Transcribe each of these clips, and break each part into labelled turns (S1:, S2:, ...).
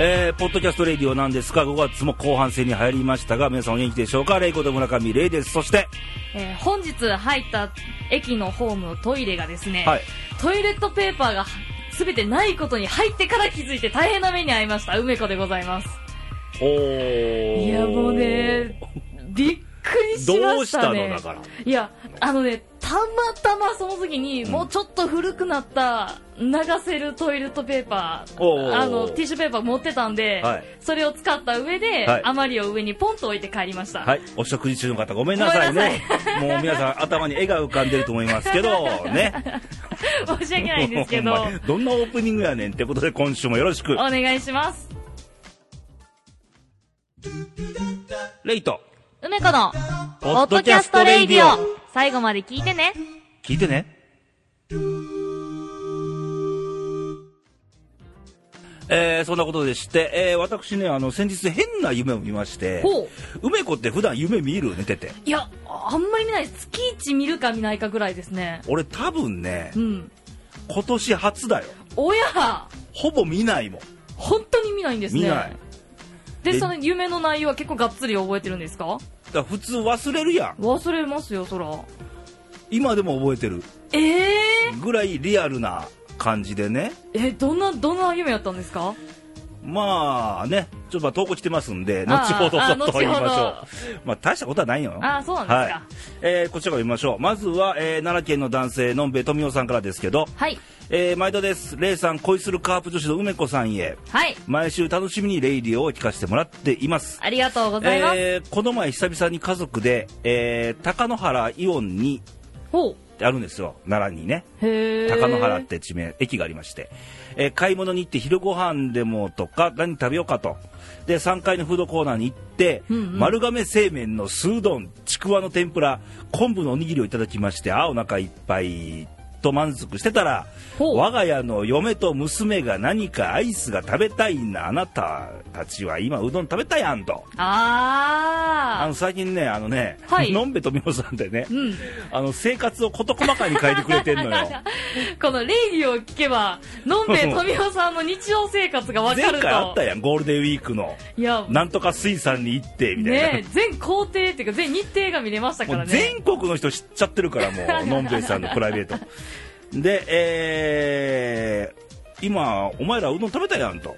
S1: えー、ポッドキャストレディオなんですが、5月も後半戦に入りましたが、皆さんお元気でしょうかレイコと村上レイです。そして、
S2: えー本日入った駅のホームのトイレがですね、
S1: はい
S2: トイレットペーパーが全てないことに入ってから気づいて大変な目に遭いました梅子でございます
S1: おー。
S2: いやもうね、びっくりし
S1: ど
S2: ま
S1: うし
S2: したた
S1: の
S2: ね
S1: だから。
S2: いやあのねたまたまその時にもうちょっと古くなった流せるトイレットペーパー、
S1: おうおうおう
S2: あのティッシュペーパー持ってたんで、
S1: はい
S2: それを使った上で、
S1: はい
S2: 余りを上にポンと置いて帰りました、
S1: はい、お食事中の方ごめんなさいね。もう皆さん頭に絵が浮かんでると思いますけど、 ね。
S2: 申し訳ないんですけど
S1: ほん まにどんなオープニングやねんってことで今週もよろしく
S2: お。願いします
S1: レイト、
S2: 梅子の
S1: ポ
S2: ポッドキャストレイディオ最後まで聞いてね
S1: 聞いてね。えー、そんなことでして、えー、私ね、あの、先日変な夢を見まして、
S2: ほう
S1: 梅子って普段夢見る寝てて。
S2: いやあんまり見ないです月一見るか見ないかぐらいですね
S1: 俺多分ね
S2: う、ん
S1: 今年初だよ。
S2: おや
S1: ほぼ見ないもん。
S2: 本当に見ないんですね
S1: 見ない。
S2: で
S1: で
S2: その夢の内容は結構がっつり覚えてるんですか
S1: だから普通忘れるやん。
S2: 忘れますよそら
S1: 今でも覚えてる。
S2: ええ
S1: ぐらいリアルな感じでね。
S2: えどんなどんな夢やったんですか
S1: まあね、ちょっとまあ投稿来てますんで、
S2: あ
S1: 後
S2: ー
S1: ほどちょっ
S2: あー
S1: と言いましょ
S2: 後
S1: う。まあ大したことはないよ。
S2: あーそうなんですか
S1: はいえーこちらから見ましょう。まずは、えー奈良県の男性、のんべえ富夫さんからですけど、
S2: はい
S1: えー毎度です。レイさん、恋するカープ女子の梅子さんへ、
S2: はい
S1: 毎週楽しみにレイディオを聞かせてもらっています。
S2: ありがとうございます、
S1: えーこの前久々に家族で、えー高野原イオンに、
S2: ほ
S1: あるんですよ。奈良にね。
S2: うへえ
S1: 高野原って地名、駅がありまして、えー買い物に行って昼ご飯でもとか何食べようかとで3階のフードコーナーに行って、
S2: うんうん
S1: 丸亀製麺の酢うどんちくわの天ぷら昆布のおにぎりをいただきましてあーお腹いっぱいと満足してたら
S2: ほう
S1: 我が家の嫁と娘が何かアイスが食べたいなあなたたちは今うどん食べたやんとあ
S2: あ
S1: の最近ねあのね、
S2: はい
S1: のんべとみおさんでね、
S2: ーうん
S1: あの生活を事細かに変えてくれてんの よ
S2: このレイディを聞けばのんべえ富夫さんの日常生活がわかる
S1: 前
S2: と
S1: 回あったやんゴールデンウィークの
S2: いや
S1: なんとか水産に行ってみたいな、
S2: ねえ全工程っていうか全日程が見れましたか
S1: も
S2: ら
S1: う
S2: ね
S1: 全国の人知っちゃってるからもうのんべえさんのプライベートでえー、今お前らうどん食べたやんと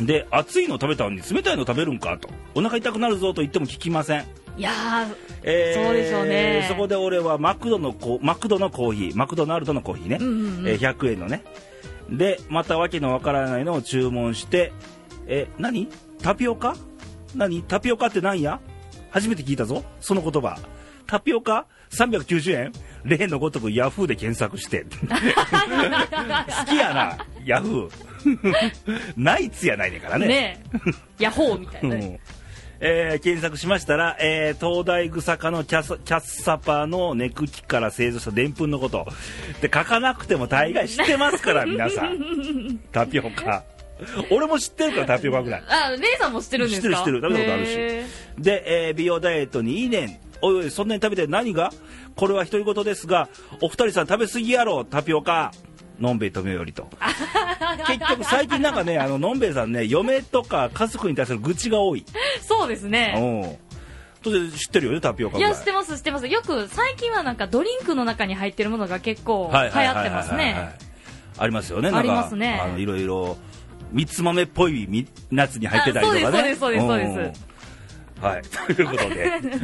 S1: で熱いの食べたのに冷たいの食べるんかとお腹痛くなるぞと言っても聞きません
S2: いや
S1: えー
S2: そうでしょうね
S1: そこで俺はマクドのコマクドのコーヒーマクドナルドのコーヒーね、
S2: うんうんうん
S1: えー100円のねでまたわけのわからないのを注文してえ何タピオカ何タピオカって何や初めて聞いたぞその言葉タピオカ390円例のごとくヤフーで検索して 好きやなヤフー ナイツやないねんから
S2: ー ねえヤホーみたいな、
S1: うんえー検索しましたら、えー東大草加のキャスキャッサパーのネクキから製造したでんぷんのことで書かなくても大概知ってますから皆さん タピオカ俺も知ってるからタピオカぐらい
S2: あレイさんも知ってるんですか
S1: 知ってる知ってる食べたことあるし
S2: へ
S1: で、えー美容ダイエットにいいねんおいおいそんなに食べて何がこれは独り言ですがお二人さん食べ過ぎやろタピオカのんべいとめよりと結局最近なんかねあののんべいさんね嫁とか家族に対する愚痴が多い
S2: ー そうですね
S1: うん。当然知ってるよね、タピオカ
S2: い
S1: ぐら
S2: や知ってます知ってますよく最近はなんかドリンクの中に入ってるものが結構流
S1: はい
S2: 行
S1: はいはい
S2: っ
S1: は
S2: て
S1: い
S2: ます
S1: はいはい
S2: ね
S1: ありますよね、なんか。
S2: ありますね
S1: あの、いろいろ、三つ豆っぽいみナツに入ってたりとかね。
S2: あそうですそうですそうですそうです
S1: うんはい。 ということ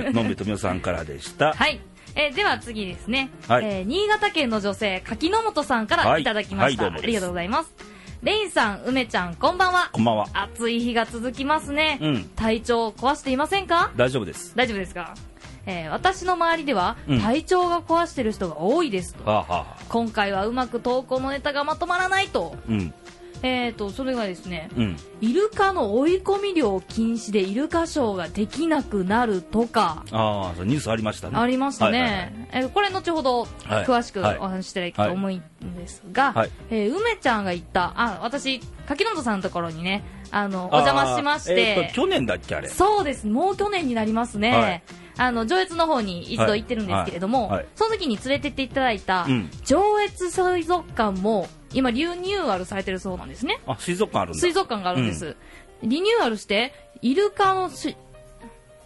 S1: で、のんべとみおさんからでした。
S2: はい、えーでは次ですね、
S1: はい
S2: えー新潟県の女性柿の本さんから
S1: はい
S2: いただきました、
S1: はいどうもです
S2: ありがとうございますレイさん梅ちゃんこんばんは
S1: こんばんは。
S2: 暑い日が続きますね、
S1: うん
S2: 体調を壊していませんか
S1: 大丈夫です。
S2: 大丈夫ですか、えー私の周りでは、
S1: うん
S2: 体調が壊してる人が多いですと
S1: はあ、はあはあ、
S2: 今回はうまく投稿のネタがまとまらないと,、
S1: うん。
S2: えー、とそれがですね、
S1: うん。
S2: イルカの追い込み漁禁止でイルカショーができなくなるとか
S1: ああ、そうニュースありましたね。
S2: ありましたね、
S1: はいはいはい
S2: えーこれ後ほど
S1: はい
S2: 詳しくお
S1: はい
S2: 話ししたいと思うんですが、
S1: はい
S2: えー梅ちゃんが言ったあ私柿本さんのところにねあのお邪魔しまして、
S1: あーえーと去年だっけ、あれ。
S2: そうです、もう去年になりますね、
S1: はい
S2: あの上越の方に一度行ってるんですけれども、
S1: はいはい
S2: その時に連れてっていただいた
S1: うん
S2: 上越水族館も今リニューアルされてるそうなんですね
S1: あ、水族館あるんだ
S2: 水。族館があるんです、リニューアルしてイルカのし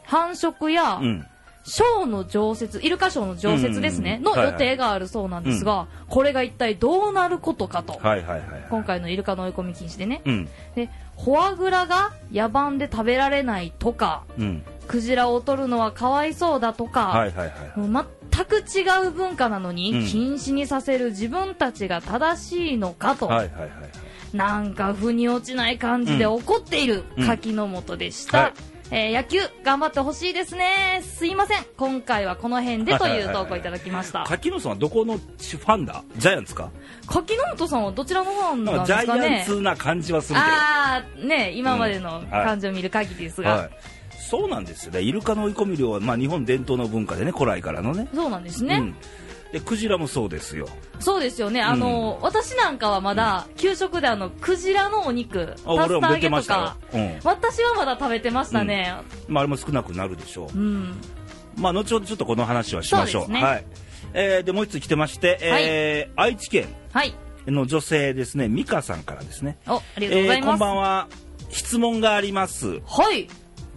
S2: 繁殖や
S1: うん。
S2: ショーの常設イルカショーの常設ですね、
S1: うんうんうん
S2: の
S1: はい
S2: 予
S1: はい
S2: 定があるそうなんですが、これが一体どうなることかと、
S1: はいはいはい。
S2: 今。回のイルカの追い込み禁止でね
S1: うん。
S2: でフォアグラが野蛮で食べられないとか
S1: うん。
S2: クジラを取るのはかわいそうだとか、
S1: はいはいはい。
S2: もう全く違う文化なのに、
S1: うん
S2: 禁止にさせる自分たちが正しいのかと、
S1: はいはいはい。
S2: なんか腑に落ちない感じで
S1: うん
S2: 怒っている
S1: うん
S2: 柿の下でした、
S1: はい
S2: えー野球頑張ってほしいですねすいません今回はこの辺でと
S1: はいはいいうはい
S2: 投稿いただきました
S1: 柿野さんはどこのファンだジャイアンツか
S2: 柿の本さんはどちらのファン
S1: なんか
S2: なん
S1: ジ
S2: ですか
S1: ャイアン
S2: ね
S1: ツな感じはする
S2: ああね今までの感じを見る限りです
S1: け
S2: が、
S1: ど。はい。そうなんですよね。イルカの追い込み漁は、まあ日本伝統の文化でね、古来からのね。
S2: そうなんですね、
S1: うん。で、クジラもそうですよ。
S2: そうですよね、あの私なんかはまだ給食であのクジラのお肉
S1: あ、
S2: 竜
S1: 俺は
S2: 田
S1: も
S2: 揚
S1: 出
S2: げ
S1: てま
S2: と
S1: した
S2: か
S1: よ。うん。
S2: 私はまだ食べてましたね、
S1: まああれも少なくなるでしょう。
S2: うん
S1: まあ、後ほどちょっとこの話はしましょう。
S2: そうですね
S1: はい。えーで、もう一つ来てまして、えー愛知県
S2: はい
S1: の女性ですね、美香さんからですね。
S2: おありがとうござい
S1: えーこ
S2: ま
S1: ん
S2: す、
S1: ばんは。質問があります。
S2: はい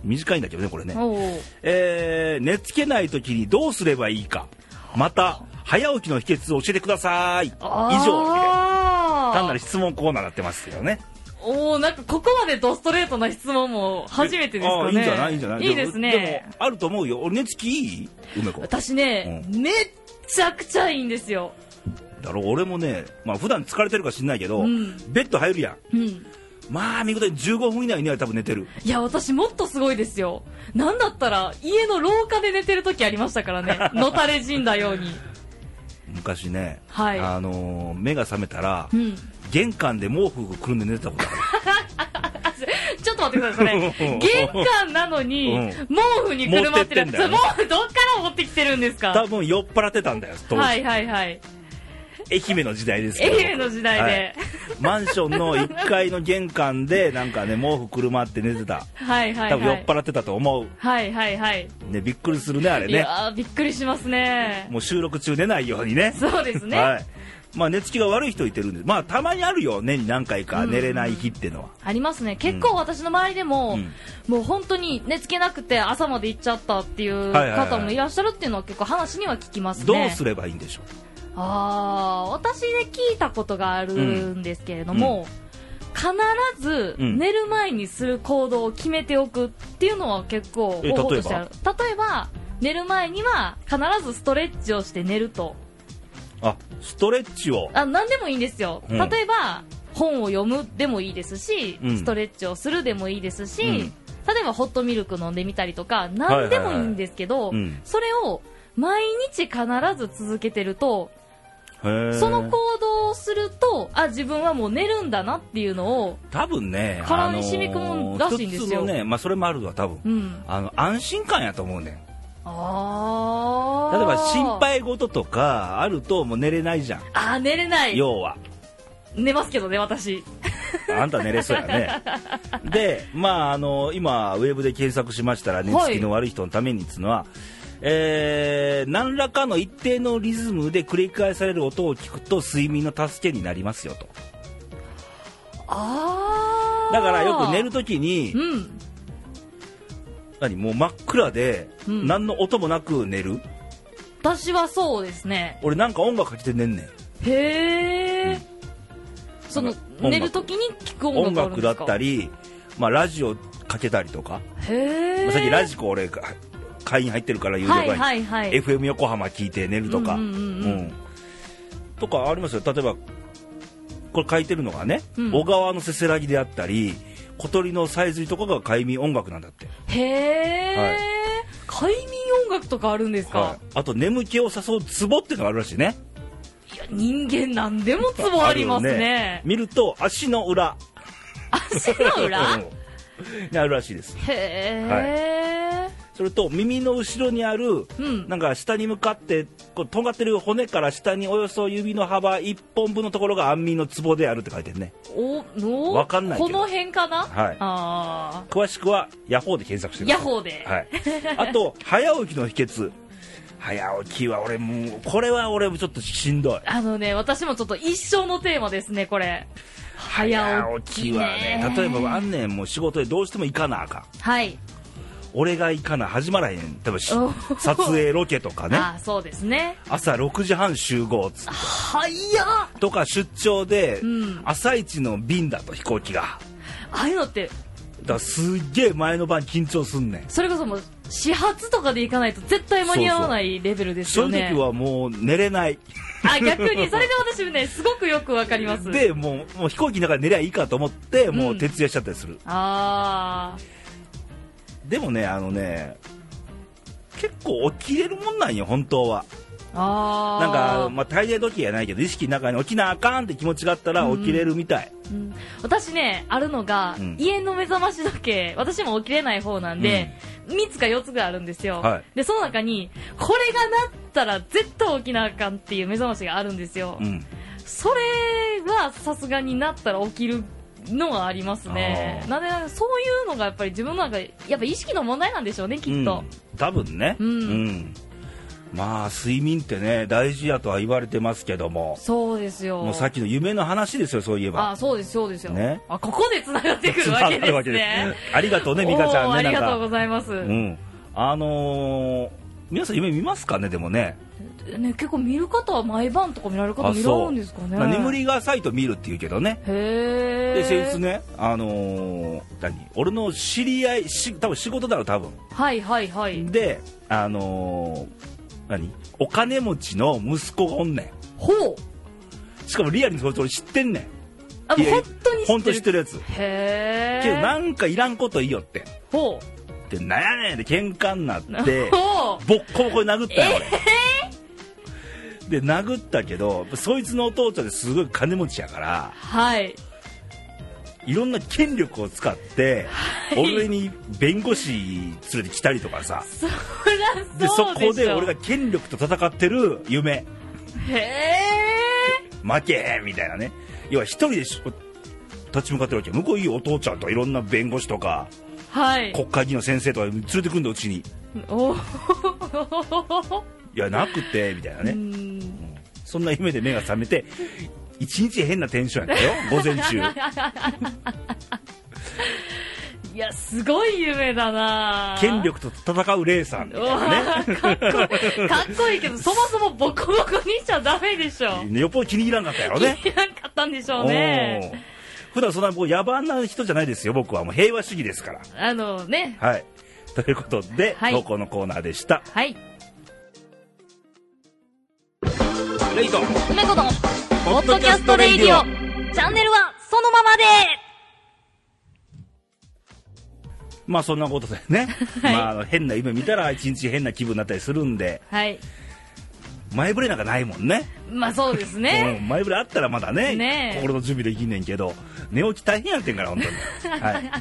S1: 短いんだけどね、これね。
S2: おー
S1: えー寝つけない時にどうすればいいか。また、早起きの秘訣を教えてください。以
S2: あー
S1: 上、みたいな単なる質問コーナーになってますよね。
S2: おーなんかここまでドストレートな質問も初めてです
S1: あ
S2: か
S1: ー
S2: ね
S1: いいんじゃないいいんじゃない
S2: いですね
S1: でも、あると思うよ。俺寝つきいい梅子。
S2: 私ね、めっちゃくちゃいいんですよ、
S1: だろ俺もね、まあ普段疲れてるか知んないけど、
S2: うん
S1: ベッド入るやん。
S2: うん、い
S1: まあ見事に15分以内には多分寝てる。
S2: や私もっとすごいですよなんだったら家の廊下で寝てる時ありましたからね のたれ死んだように
S1: 昔ね、
S2: はい
S1: あのー目が覚めたら、
S2: うん
S1: 玄関で毛布くるんで寝てたことある。
S2: ちょっと待ってください、ね
S1: うん
S2: 玄関なのに、
S1: うん
S2: 毛布にくるまってるや
S1: 持ってってん
S2: つ、
S1: だよね
S2: 毛布どっから持ってきてるんです
S1: 多
S2: か
S1: 分酔っ払ってたんだよ、当時。
S2: はいはいはい。
S1: 愛媛の時代ですけど。
S2: 愛媛の時代で。
S1: マンションの1階の玄関で、なんかね、毛布くるまって寝てた。
S2: はいはい
S1: 多分酔
S2: は
S1: っ
S2: い。
S1: 払ってたと思う。
S2: はいはいはい。
S1: ね、びっくりするね、あれ
S2: い
S1: ね。
S2: やー、びっくりしますね。
S1: もう収録中寝ないようにね。
S2: そうですね。
S1: はい。まあ寝つきが悪い人いてるんで、まあたまにあるよ、年に何回か寝れない日ってのは。
S2: ありますね結構私の周りでも、
S1: うん
S2: もう本当に寝つけなくて朝まで行っちゃったっていう
S1: はいはいはい
S2: 方もいらっしゃるっていうのは結構話には聞きますね
S1: どうすればいいんでしょ
S2: ああ私で聞いたことがあるんですけれども、必ず
S1: うん
S2: 寝る前にする行動を決めておくっていうのは結構
S1: え
S2: 方法としてある例えば寝る前には必ずストレッチをして寝ると
S1: う。あ、ストレッチを。
S2: あ何でもいいんですよ、
S1: うん
S2: 例えば本を読むでもいいですし、
S1: うん
S2: ストレッチをするでもいいですし、
S1: うん
S2: 例えばホットミルク飲んでみたりとか何でもいいんですけど、
S1: はいはいはいうん
S2: それを毎日必ず続けてると
S1: へー
S2: その行動をするとあ自分はもう寝るんだなっていうのを、
S1: 多分ね、
S2: 体に染み込むらしいんですよ
S1: 一つのね、まあ、それもあるわ、多分、
S2: うん、
S1: あの安心感やと思うねん。
S2: あ
S1: 例
S2: ー
S1: えば心配事とかあるともう寝れないじゃん、
S2: あー寝れない
S1: 要は。
S2: 寝ますけどね私
S1: あんた寝れそうやね。で、まあ、あの、今、ウェブで検索しましたら、寝つきの悪い人のためにっつうのは、えー、何らかの一定のリズムで繰り返される音を聞くと睡眠の助けになりますよと。
S2: ああ
S1: だからよく寝るときに
S2: う、ん
S1: 何もう真っ暗で、
S2: うん
S1: 何の音もなく寝る。
S2: 私はそうですね
S1: 俺なんか音楽かけて寝んねん。
S2: へえ、その
S1: なんか音楽
S2: 寝るときに聞く音
S1: 音
S2: 楽あ
S1: 楽
S2: るんで
S1: だ
S2: す
S1: っ
S2: か
S1: たり、まあ、ラジオかけたりとか、
S2: へ
S1: ま
S2: え
S1: あ、さっきラジコ俺が会員入ってるから有料
S2: は
S1: 会
S2: い
S1: 員、
S2: はいはい
S1: FM 横浜聞いて寝るとか、
S2: うんうんうんうん
S1: とかありますよ例えばこれ書いてるのがね、
S2: うん
S1: 小川のせせらぎであったり小鳥のさえずりとかが快眠音楽なんだって、
S2: へえ、快眠音楽とかあるんですか、
S1: はいあと眠気を誘うツボっていうのがあるらしいね
S2: い、や人間なんでもツボあります
S1: あ
S2: ね
S1: るよ見ると足の裏
S2: 足の裏
S1: う
S2: へ
S1: んにあるらしいです
S2: え、
S1: それと耳の後ろにある、
S2: うん
S1: なんか下に向かってこうとんがってる骨から下におよそ指の幅1本分のところが安眠のツボであるって書いてるね
S2: おの
S1: わかんないけ
S2: こ
S1: ど
S2: の辺かな、
S1: はい
S2: あ
S1: 詳しくはヤホーで検索して
S2: ー
S1: くだ
S2: ヤ
S1: さい
S2: ホーで、
S1: はい、あと早起きの秘訣早起きは俺もう、これは俺もちょっとしんどい。
S2: あのね、私もちょっと一生のテーマですね、これ。
S1: 早
S2: 早
S1: 起
S2: 起
S1: き
S2: き
S1: は
S2: ね。
S1: ね、例えばあんねん、もう仕事でどうしても行かなあかん。
S2: はい。
S1: 俺が行かな始まらへん。多分し
S2: お
S1: 撮影ロケとかね。
S2: ああ、そうですね。
S1: 朝6時半集合っつって
S2: 早っ
S1: とか出張で
S2: うん
S1: 朝一の便だと飛行機が
S2: ああいうのって、
S1: だからすっげえ前の晩緊張すんねん
S2: それこそもう、始発とかで行かないと絶対間に合わないレベルです
S1: そう
S2: よ
S1: いう
S2: ね。
S1: 時はもう寝れない
S2: あ、逆に、それが私ね、すごくよくわかります。
S1: でもうもう飛行機の中で寝りゃいいかと思ってもううん徹夜しちゃったりする、
S2: あー
S1: でもねあのね結構起きれるもんなんよ本当は
S2: あー
S1: なんか、まあ、体内時計やないけど意識の中に起きなあかんって気持ちがあったら起きれるみたい、
S2: うん私ね、あるのが、
S1: うん
S2: 家の目覚まし時計、私も起きれない方なんで、3つか4つぐらいあるんですよ。
S1: はい
S2: で、その中に、これがなったら絶対起きなあかんっていう目覚ましがあるんですよ。
S1: うん
S2: それはさすがになったら起きるのはありますね
S1: あ。ー
S2: なんで、なんかそういうのがやっぱり自分の中で、やっぱ意識の問題なんでしょうね、きっと。
S1: うん、多分ね、
S2: うん
S1: まあ睡眠ってね大事やとは言われてますけども
S2: そうですよ。
S1: もうさっきの夢の話ですよそういえば
S2: あ、そうです、そうですよ。
S1: ね
S2: あ、ここで繋がってくるわ
S1: つな
S2: け
S1: が
S2: です
S1: るわけ
S2: ね。
S1: すありがとうね美香ちゃんね
S2: おーあ
S1: な
S2: り
S1: ん
S2: がとう
S1: か
S2: ございます。
S1: うんあのー皆さん夢見ますかねでもね
S2: ね、結構見る方は毎晩とか見られる方
S1: あ
S2: 見られるんですかね
S1: まあ眠りが浅いと見るっていうけどね
S2: へ
S1: で
S2: え
S1: 先日ねあのー何俺の知り合いし多分仕事だろ多分
S2: はいはいはい
S1: であのー何お金持ちの息子がおんね
S2: ほうん
S1: しかもリアルにそれ俺知ってんねん
S2: あ
S1: いやいや
S2: 本当
S1: 本当
S2: に知ってる
S1: 知ってるやつ
S2: へえ
S1: けどなんかいらんこといいよって
S2: ほ
S1: でなんやねんって喧嘩になっ
S2: う
S1: て
S2: ほう
S1: ボッコボコに殴ったよ俺で殴ったけどそいつのお父ちゃんですごい金持ちやから
S2: はい
S1: いろんな権力を使って、
S2: い
S1: 俺に弁護士連れてきたりとかさ
S2: そりゃ
S1: で
S2: そ
S1: そ
S2: う
S1: こで
S2: しょ
S1: 俺が権力と戦ってる夢
S2: へえ
S1: 負けへんみたいなね要は一人でし立ち向かってるわけよ向こういいお父ちゃんとかいろんな弁護士とか
S2: はい
S1: 国会議員の先生とか連れてくんだうちにい
S2: おー
S1: やなくてみたいなね、
S2: うん
S1: そんな夢で目が覚めて、一日変なテンションやったよ、午前中。
S2: いやすごい夢だな
S1: 権力と戦うレイさんみたいなね。
S2: かっこいいかっこいいけどそもそもボコボコにしちゃダメでし ょ
S1: よっぽど気に入らんかったやろね。
S2: いらんかったんでしょう ね
S1: おー普段そんなもう野蛮な人じゃないですよ、僕は。もう平和主義ですから。
S2: あのね
S1: はい。ということで、
S2: はい
S1: 投稿のコーナーでした。
S2: はい
S1: レイト
S2: 梅子の
S1: ポ
S2: ポ
S1: ッ
S2: ッ
S1: ド
S2: ド
S1: キ
S2: キ
S1: ャ
S2: ャ
S1: ス
S2: ス
S1: ト
S2: ト
S1: レ
S2: レ
S1: イ
S2: イ
S1: デ
S2: デ
S1: ィ
S2: ィ
S1: オ
S2: オチャンネルはそのままで
S1: まあそんなことでね。
S2: はい
S1: まああの変な夢見たら一日変な気分になったりするんで、
S2: はい
S1: 前触れなんかないもんね。
S2: まあそうです
S1: う
S2: ね
S1: ん前触れあったらまだね
S2: ねえ
S1: 心の準備できんねんけど寝起き大変やってんから本当 に、はい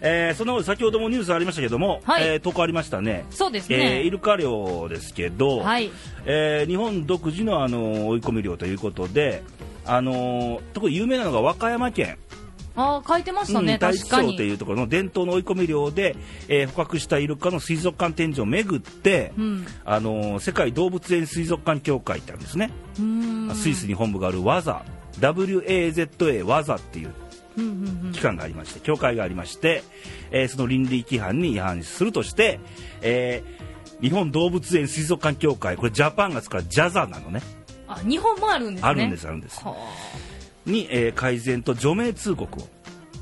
S1: えーそんなことで先ほどもニュースありましたけども、
S2: はい
S1: えー投稿ありましたね
S2: そうです
S1: えーイ
S2: ね
S1: ルカ漁ですけど、
S2: はい
S1: えー日本独自のあの追い込み漁ということで、あのー特に有名なのが和歌山県、
S2: ああ書いてました
S1: う
S2: ね
S1: ん大
S2: 確か
S1: 地層と
S2: に
S1: いうところの伝統の追い込み漁で、えー捕獲したイルカの水族館展示を巡って、
S2: うん
S1: あのー世界動物園水族館協会ってあるんですね。
S2: うーん
S1: スイスに本部がある WAZA、WAZA、WAZA っていう
S2: うんうんうん
S1: 機関がありまして、協会がありまして、えーその倫理規範に違反するとして、えー日本動物園水族館協会、これジャパンが使う JAZA なのね、
S2: あ日本もあるんですね
S1: あるんです、あるんです。
S2: は
S1: に、えー改善と除名通告を、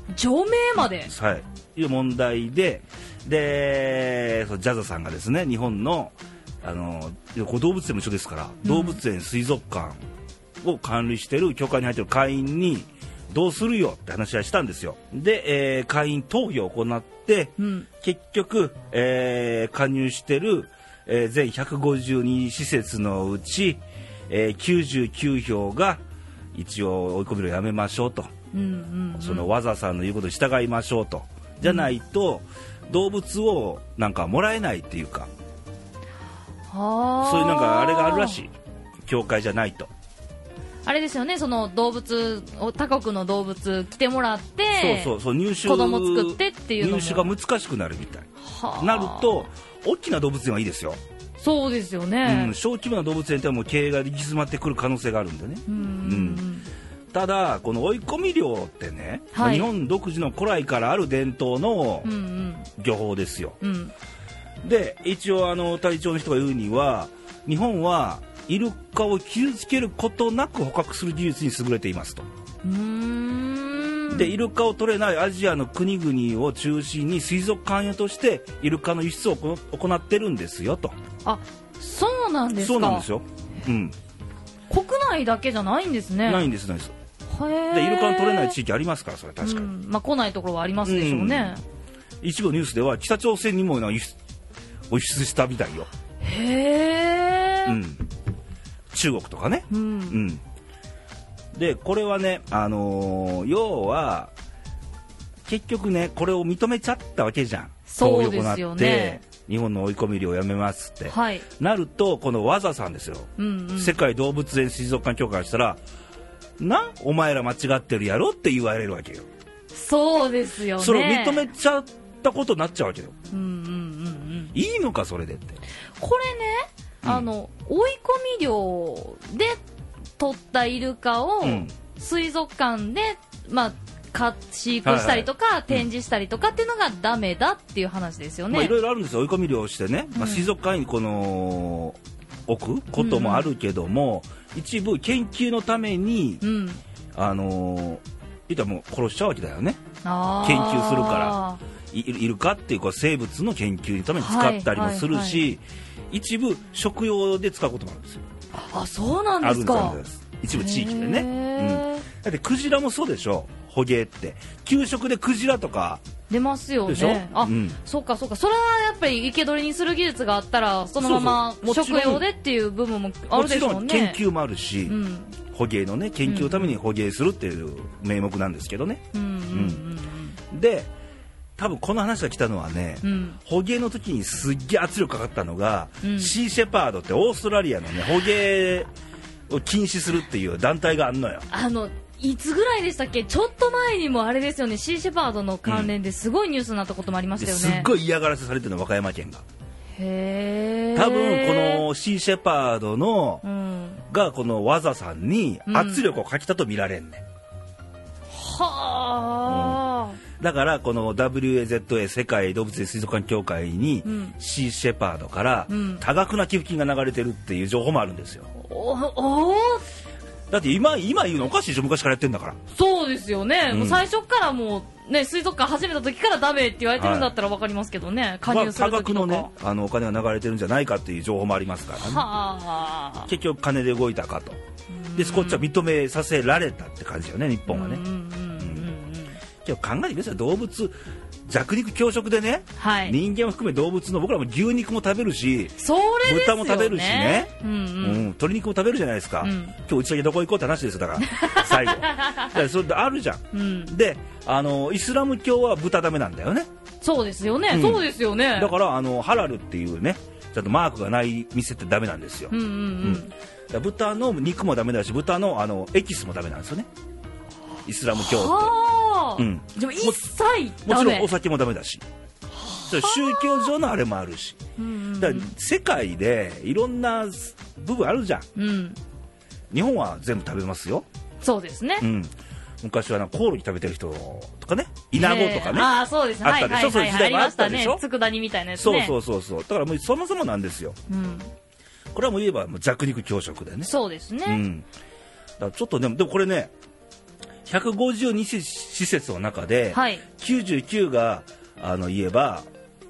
S2: あ除名まで
S1: はい、いう問題で、で、その JAZA さんがですね、日本の、あの、これ動物園も一緒ですから、動物園水族館を管理している、協会に入っている会員に、どうするよって話はしたんですよ。で、えー会員投票を行って、
S2: うん
S1: 結局、えー加入してる、えー全152施設のうち、えー99票が一応追い込みをやめましょうと。
S2: うんうん
S1: そのわざさんの言うことに従いましょうと、じゃないと動物をなんかもらえないっていうか
S2: はあ
S1: そういうなんかあれがあるらしい教会じゃないと
S2: あれですよね、その動物を、他国の動物来てもらって、
S1: そうそうそう入手
S2: 子供作ってっていうのも
S1: 入手が難しくなるみたい
S2: はあ
S1: なると大きな動物園はいいですよ
S2: そうですよ
S1: うん、
S2: ね。
S1: 小規模な動物園ではもう経営が行き詰まってくる可能性があるんでね
S2: うん。うん
S1: ただこの追い込み漁ってね、
S2: はい
S1: 日本独自の古来からある伝統の
S2: うんうん
S1: 漁法ですよ、
S2: うん。
S1: で一応あの隊長の人が言うには日本はイルカを傷つけることなく捕獲する技術に優れていますと、
S2: うーん
S1: でイルカを取れないアジアの国々を中心に水族館へとしてイルカの輸出を行行ってるんですよと
S2: あそうなんですか
S1: そうなんですよ、うん、
S2: 国内だけじゃないんですね
S1: ない
S2: へ
S1: んですないです
S2: ー
S1: でイルカの取れない地域ありますからそれは確かに、
S2: うんまあ、来ないところはありますでしょうね、
S1: 一部ニュースでは北朝鮮にもな輸出を輸出したみたいよ、
S2: へえ、
S1: うん、中国とかね、
S2: うん
S1: うん、でこれはね、あのー要は結局ねこれを認めちゃったわけじゃん
S2: そうです
S1: 東横な
S2: よね
S1: って日本の追い込み量をやめますって、
S2: はい、
S1: なるとこのワザさんですよ、
S2: うんうん、
S1: 世界動物園水族館協会からしたらなお前ら間違ってるやろって言われるわけよ
S2: そうですよね
S1: それを認めちゃったことになっちゃうわけよ
S2: うんうんうんうん
S1: いいのかそれでって
S2: これね、
S1: うん
S2: あの追い込み量で取ったイルカを
S1: うん
S2: 水族館で、まあか飼育したりとか、展示したりとかっていうのがダメだっていう話ですよね、
S1: まあ、いろいろあるんですよ、追い込み漁をしてね、まあ、
S2: うん
S1: 水族館にこの置くこともあるけども、一部、研究のために、
S2: うん、
S1: あのー言ったらもう殺しちゃうわけだよね、
S2: あー
S1: 研究するかいイルカっていうこう生物の研究のために使ったりもするし、
S2: は
S1: 一部、食用で使うこともあるんですよ、
S2: あそうなん
S1: ある
S2: で
S1: んで
S2: す
S1: すあ
S2: か
S1: るんです一部地域でね。うん
S2: へー
S1: だってクジラもそうでしょ、捕鯨って、給食でクジラとか、
S2: 出ますよ
S1: でしょ
S2: ねあ、
S1: うん
S2: そっかそっかそれはやっぱり生け捕りにする技術があったらそのまま
S1: そうそうもちろ
S2: 食
S1: ん
S2: 用でっていう部分もあ
S1: も
S2: るで
S1: ち
S2: しょ
S1: ろ
S2: うんね
S1: 研究もあるし。
S2: うん
S1: 捕鯨のね研究のために捕鯨するっていう名目なんですけどね、
S2: うんうん
S1: で多分この話が来たのはね、
S2: うんうん
S1: 捕鯨の時にすっげえ圧力かかったのが、
S2: うん
S1: シーシェパードってオーストラリアのね捕鯨を禁止するっていう団体があんのよ
S2: あのいつぐらいでしたっけちょっと前にもあれですよねシーシェパードの関連ですごいニュースになったこともありまし
S1: で
S2: たよ
S1: す
S2: ね
S1: っ、ごい嫌がらせされてるの和歌山県が
S2: へえ
S1: 多分このシーシェパードの
S2: うん
S1: がこのワザさんに
S2: うん
S1: 圧力をかけたと見られんね、
S2: はあ、
S1: だからこの WAZA 世界動物園水族館協会に
S2: うん
S1: シーシェパードから
S2: うん
S1: 多額な寄付金が流れてるっていう情報もあるんですよ
S2: おおー
S1: だって今今言うのおかしいでしょ昔からやってんだから
S2: そうですよね、
S1: うん
S2: もう最初からもう、ね、水族館始めた時からダメって言われてるんだったら分かりますけどね、加入する
S1: まあ多額
S2: 時と
S1: の
S2: か、
S1: ねあのお金が流れてるんじゃないかっていう情報もありますから、ね、
S2: はあ
S1: 結局金で動いたかとでこっちは認めさせられたって感じよね日本はね
S2: うんうんうんうん
S1: けど考えてください動物弱肉強食でね、
S2: はい
S1: 人間を含め動物の僕らも牛肉も食べるし、
S2: それですよ、ね、
S1: 豚も食べるしね
S2: うん
S1: うん
S2: うん
S1: 鶏肉も食べるじゃないですか、
S2: うん
S1: 今日打ち上げどこ行こうって話ですよだから 最後だからそれあるじゃん
S2: うん、
S1: であのイスラム教は豚ダメなんだよね
S2: そうですよね、
S1: うん
S2: そうですよ ね
S1: だからあのハラルっていうねちゃんとマークがない店ってダメなんですよ、
S2: うんうん
S1: う
S2: うんん
S1: だから豚の肉もダメだし豚のあのエキスもダメなんですよねイスラム教って
S2: はあ、
S1: うん
S2: でも一切
S1: も
S2: ダ
S1: ちろ
S2: メ
S1: んお酒もダメだしそれ宗教上のあれもあるし
S2: うんうん
S1: だから世界でいろんな部分あるじゃん
S2: うん
S1: 日本は全部食べますよ、
S2: そうですね、
S1: うん、昔はなんかコオロギ食べてる人とかねイナゴとか
S2: えー
S1: ね
S2: ああそうですね
S1: あっ
S2: はい
S1: たで
S2: は
S1: しょ
S2: いはい
S1: そういう時代
S2: あり
S1: もあ
S2: ま
S1: っ
S2: したた
S1: で
S2: ね
S1: しょ
S2: 佃煮みたいなやつ
S1: そう
S2: ね
S1: そうそうそうだからもうそもそもなんですよ
S2: うん、
S1: これはもう言えばもう弱肉強食だよね
S2: そうですね、
S1: うん、だからちょっとでもでもこれね152施施設の中で、
S2: はい
S1: 99があの言えば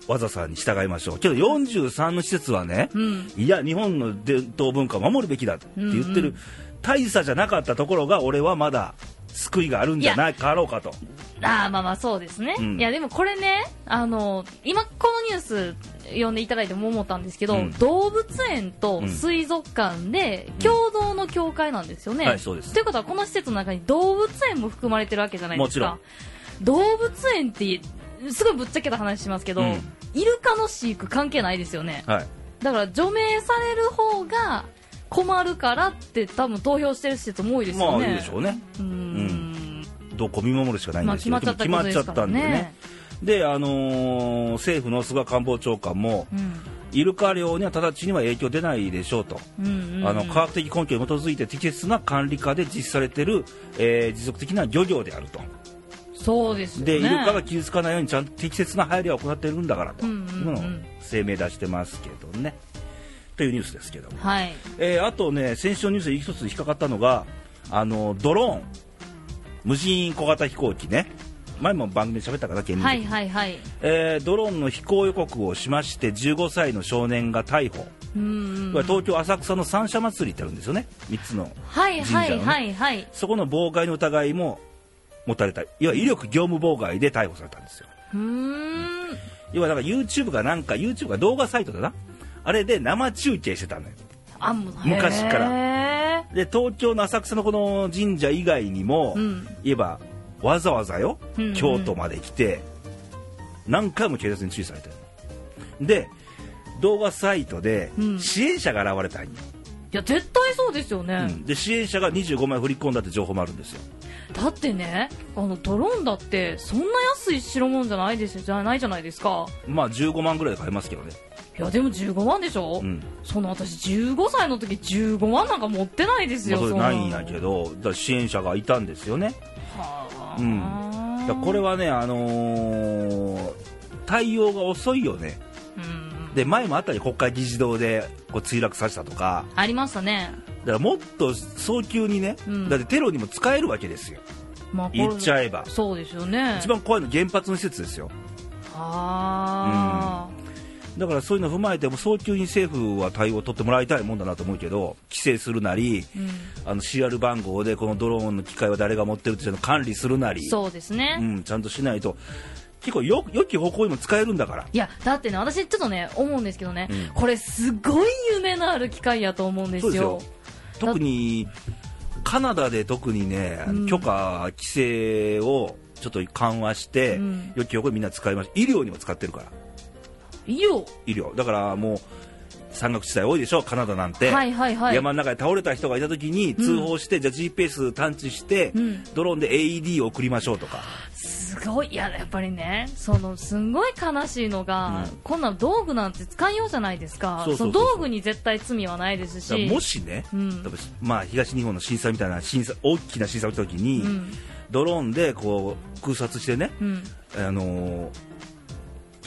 S1: わざさんに従いましょうけど43の施設はね、
S2: うん
S1: いや日本の伝統文化を守るべきだって言ってる、
S2: うんうん
S1: 大差じゃなかったところが俺はまだ救いがあるんじゃないかろうかと
S2: あーまあまあそうですね、
S1: うん
S2: いやでもこれねあの今このニュース読んでいただいても思ったんですけど、
S1: うん
S2: 動物園と水族館で共同の協会なんですよね、
S1: うんはいそうです
S2: ということはこの施設の中に動物園も含まれてるわけじゃないですか
S1: も
S2: 動物園ってすごいぶっちゃけた話しますけど、
S1: うん
S2: イルカの飼育関係ないですよね
S1: はい
S2: だから除名される方が困るからって多分投票してる施設も多いです
S1: ま
S2: よ
S1: あ
S2: ね
S1: いいでしょうね
S2: うーん
S1: どこ見守るしかないん
S2: まあ
S1: です
S2: 決
S1: け
S2: ま
S1: ど、
S2: っちゃっ
S1: でも決まっちゃ
S2: たことですか
S1: った
S2: ら
S1: んでね
S2: ね
S1: であのー政府の菅官房長官も、
S2: うん
S1: イルカ漁には直ちには影響出ないでしょうと、
S2: うんうんうん
S1: あの科学的根拠に基づいて適切な管理下で実施されている、えー持続的な漁業であると
S2: そうですよね
S1: で、イルカが傷つかないようにちゃんと適切な配慮を行っているんだからと、
S2: うんうん
S1: 今
S2: うん
S1: の声明出してますけどねというニュースですけども、
S2: はい
S1: えーあとね先週のニュースで一つ引っかかったのがあのドローン無人小型飛行機ね前も番組で喋ったかな県民的に
S2: はいはいはい
S1: えードローンの飛行予告をしまして15歳の少年が逮捕、
S2: うんうん
S1: これは東京・浅草の三社祭りってあるんですよね3つの
S2: はいはいはいはい
S1: そこの妨害の疑いも持たれたいわゆる威力業務妨害で逮捕されたんですよ
S2: うーん
S1: 要はだから YouTube がなんか YouTube が動画サイトだなあれで生中継してたのよ
S2: あもう
S1: 昔から
S2: ら
S1: で東京の浅草のこの神社以外にも、
S2: うん
S1: 言えばわざわざよ、
S2: うんうん
S1: 京都まで来て何回も警察に注意されてるで動画サイトで
S2: うん
S1: 支援者が現れたんよ、
S2: いや絶対そうですよ
S1: う
S2: ね、
S1: んで支援者が25万円振り込んだって情報もあるんですよ
S2: だってねあのドローンだってそんな安い代物じゃないですよじゃないじゃないですか
S1: まあ15万ぐらいで買えますけどね
S2: いやでも15万でしょ、
S1: うん
S2: その私15歳の時15万なんか持ってないです
S1: ま
S2: よ、
S1: あそれ
S2: ん
S1: ないんやけどだから支援者がいたんですよね
S2: はあ、
S1: うんだからこれはねあのー対応が遅いよね
S2: うん
S1: で前もあったり国会議事堂でこう墜落させたとか
S2: ありましたね、
S1: だからもっと早急にね、
S2: うん
S1: だってテロにも使えるわけですよ、
S2: まあ、
S1: 言っちゃえば
S2: そうですよね
S1: 一番怖いのは原発の施設ですよ、
S2: はあ、
S1: だからそういうのを踏まえても、早急に政府は対応を取ってもらいたいもんだなと思うけど、規制するなり、
S2: うん
S1: あの CR 番号でこのドローンの機械は誰が持ってるっていうのを管理するなり、
S2: そうですね、
S1: うん、ちゃんとしないと、結構よ、良き方向にも使えるんだから、
S2: いやだってね私ちょっとね思うんですけどね、
S1: うん
S2: これすごい夢のある機会やと思うんですよ
S1: そうです特にカナダで特にね、あの
S2: うん
S1: 許可、規制をちょっと緩和して、
S2: うん
S1: 良き方向にみんな使いまし医療にも使ってるから。
S2: いいよ
S1: 医療だからもう山岳地帯多いでしょカナダなんて、
S2: はいはいはい
S1: 山の中で倒れた人がいた時に通報して、じゃあ GPS 探知して、
S2: うん
S1: ドローンで AED を送りましょうとか
S2: すごいいややっぱりねそのすんごい悲しいのが、
S1: うん
S2: こんなの道具なんて使いようじゃないですか
S1: そうそうそう
S2: の道具に絶対罪はないです
S1: だから
S2: し
S1: もしね、
S2: うん
S1: 多分まあ、東日本の震災みたいな震災大きな震災の時に、
S2: うん
S1: ドローンでこう空撮してね、
S2: うん、
S1: あのー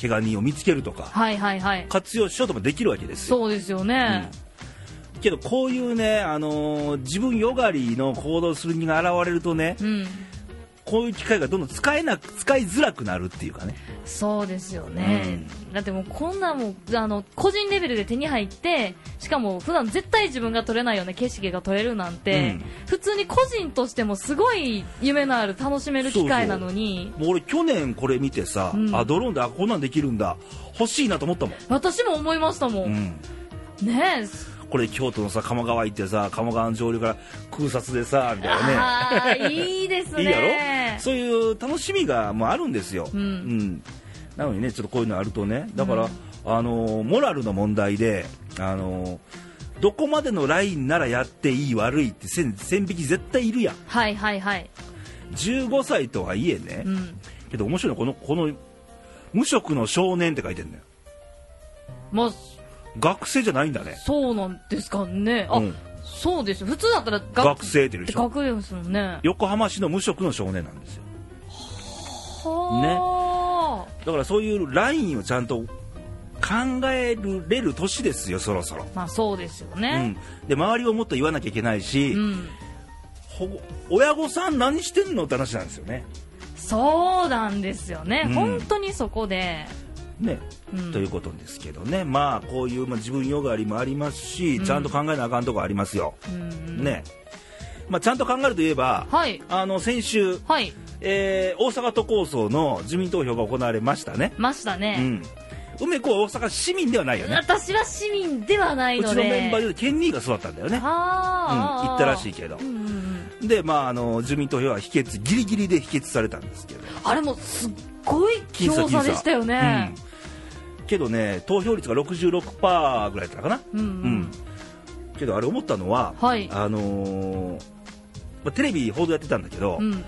S1: 怪我人を見つけるとか
S2: はいはいはい
S1: 活用しようともできるわけですよ
S2: そうですよね、
S1: けどこういうね、あのー自分よがりの行動する人が現れるとね、
S2: うん
S1: こういう機会がどんどん使えなく使いづらくなるっていうかね
S2: そうですよね、だってもうこんなんもうあの個人レベルで手に入ってしかも普段絶対自分が撮れないような景色が撮れるなん
S1: う
S2: て、
S1: ん
S2: 普通に個人としてもすごい夢のある楽しめる機会なのに
S1: もう俺去年これ見てさ、
S2: うん
S1: あドローンであこんなんできるんだ欲しいなと思ったもん、
S2: 私も思いましたも、
S1: うんん、
S2: ねえ
S1: これ京都のさ鴨川行ってさ鴨川の上流から空撮でさみたいなね
S2: ああーいいです ね
S1: いいやろそういう楽しみがもうあるんですよ、
S2: うん
S1: なのにねちょっとこういうのあるとねだから、あのーモラルの問題であのーどこまでのラインならやっていい悪いって線線引き絶対いるやん
S2: はいはいはい、
S1: 15歳とはいえね、
S2: うん、
S1: けど面白いのはこのこの無職の少年って書いてるのよ
S2: まあ
S1: 学生じゃないんだね
S2: そうなんですかねあ、
S1: うん
S2: そうですよ普通だったら学
S1: 学生って言うでしょ
S2: 学園ですもんね
S1: 横浜市の無職の少年なんですよ
S2: はあ、
S1: だからそういうラインをちゃんと考えれる年ですよそろそろ、
S2: まあそうですよ
S1: う
S2: ね
S1: ん、で周りをもっと言わなきゃいけないし、
S2: うん、
S1: 保護親御さん何してんのって話なんですよね
S2: そうなんですよね、
S1: うん
S2: 本当にそこで
S1: ね、
S2: うん
S1: ということですけどねまあこういう、まあ、自分よがりもありますしちゃんと考えなあかんとこありますよ、
S2: うん
S1: ね、まあ、ちゃんと考えるといえば、
S2: はい
S1: あの先週、
S2: はい
S1: えー大阪都構想の住民投票が行われましたね、
S2: ました
S1: う
S2: ね、
S1: ん、梅子は大阪市民ではないよね
S2: 私は市民ではないう
S1: ち
S2: の
S1: の
S2: で
S1: メンバーで県民が育ったんだよね、うん、
S2: ああ、
S1: 行ったらしいけど
S2: うんうんうん
S1: で、まあ、あの住民投票は否決ギリギリで否決されたんですけど
S2: あれもすっごい強
S1: 僅差
S2: さでしたよね、
S1: うんけどね投票率が66%ぐらいだったかな、
S2: うんうん
S1: うんけどあれ思ったのは、
S2: はい
S1: あのーまあテレビ報道やってたんだけど、
S2: うん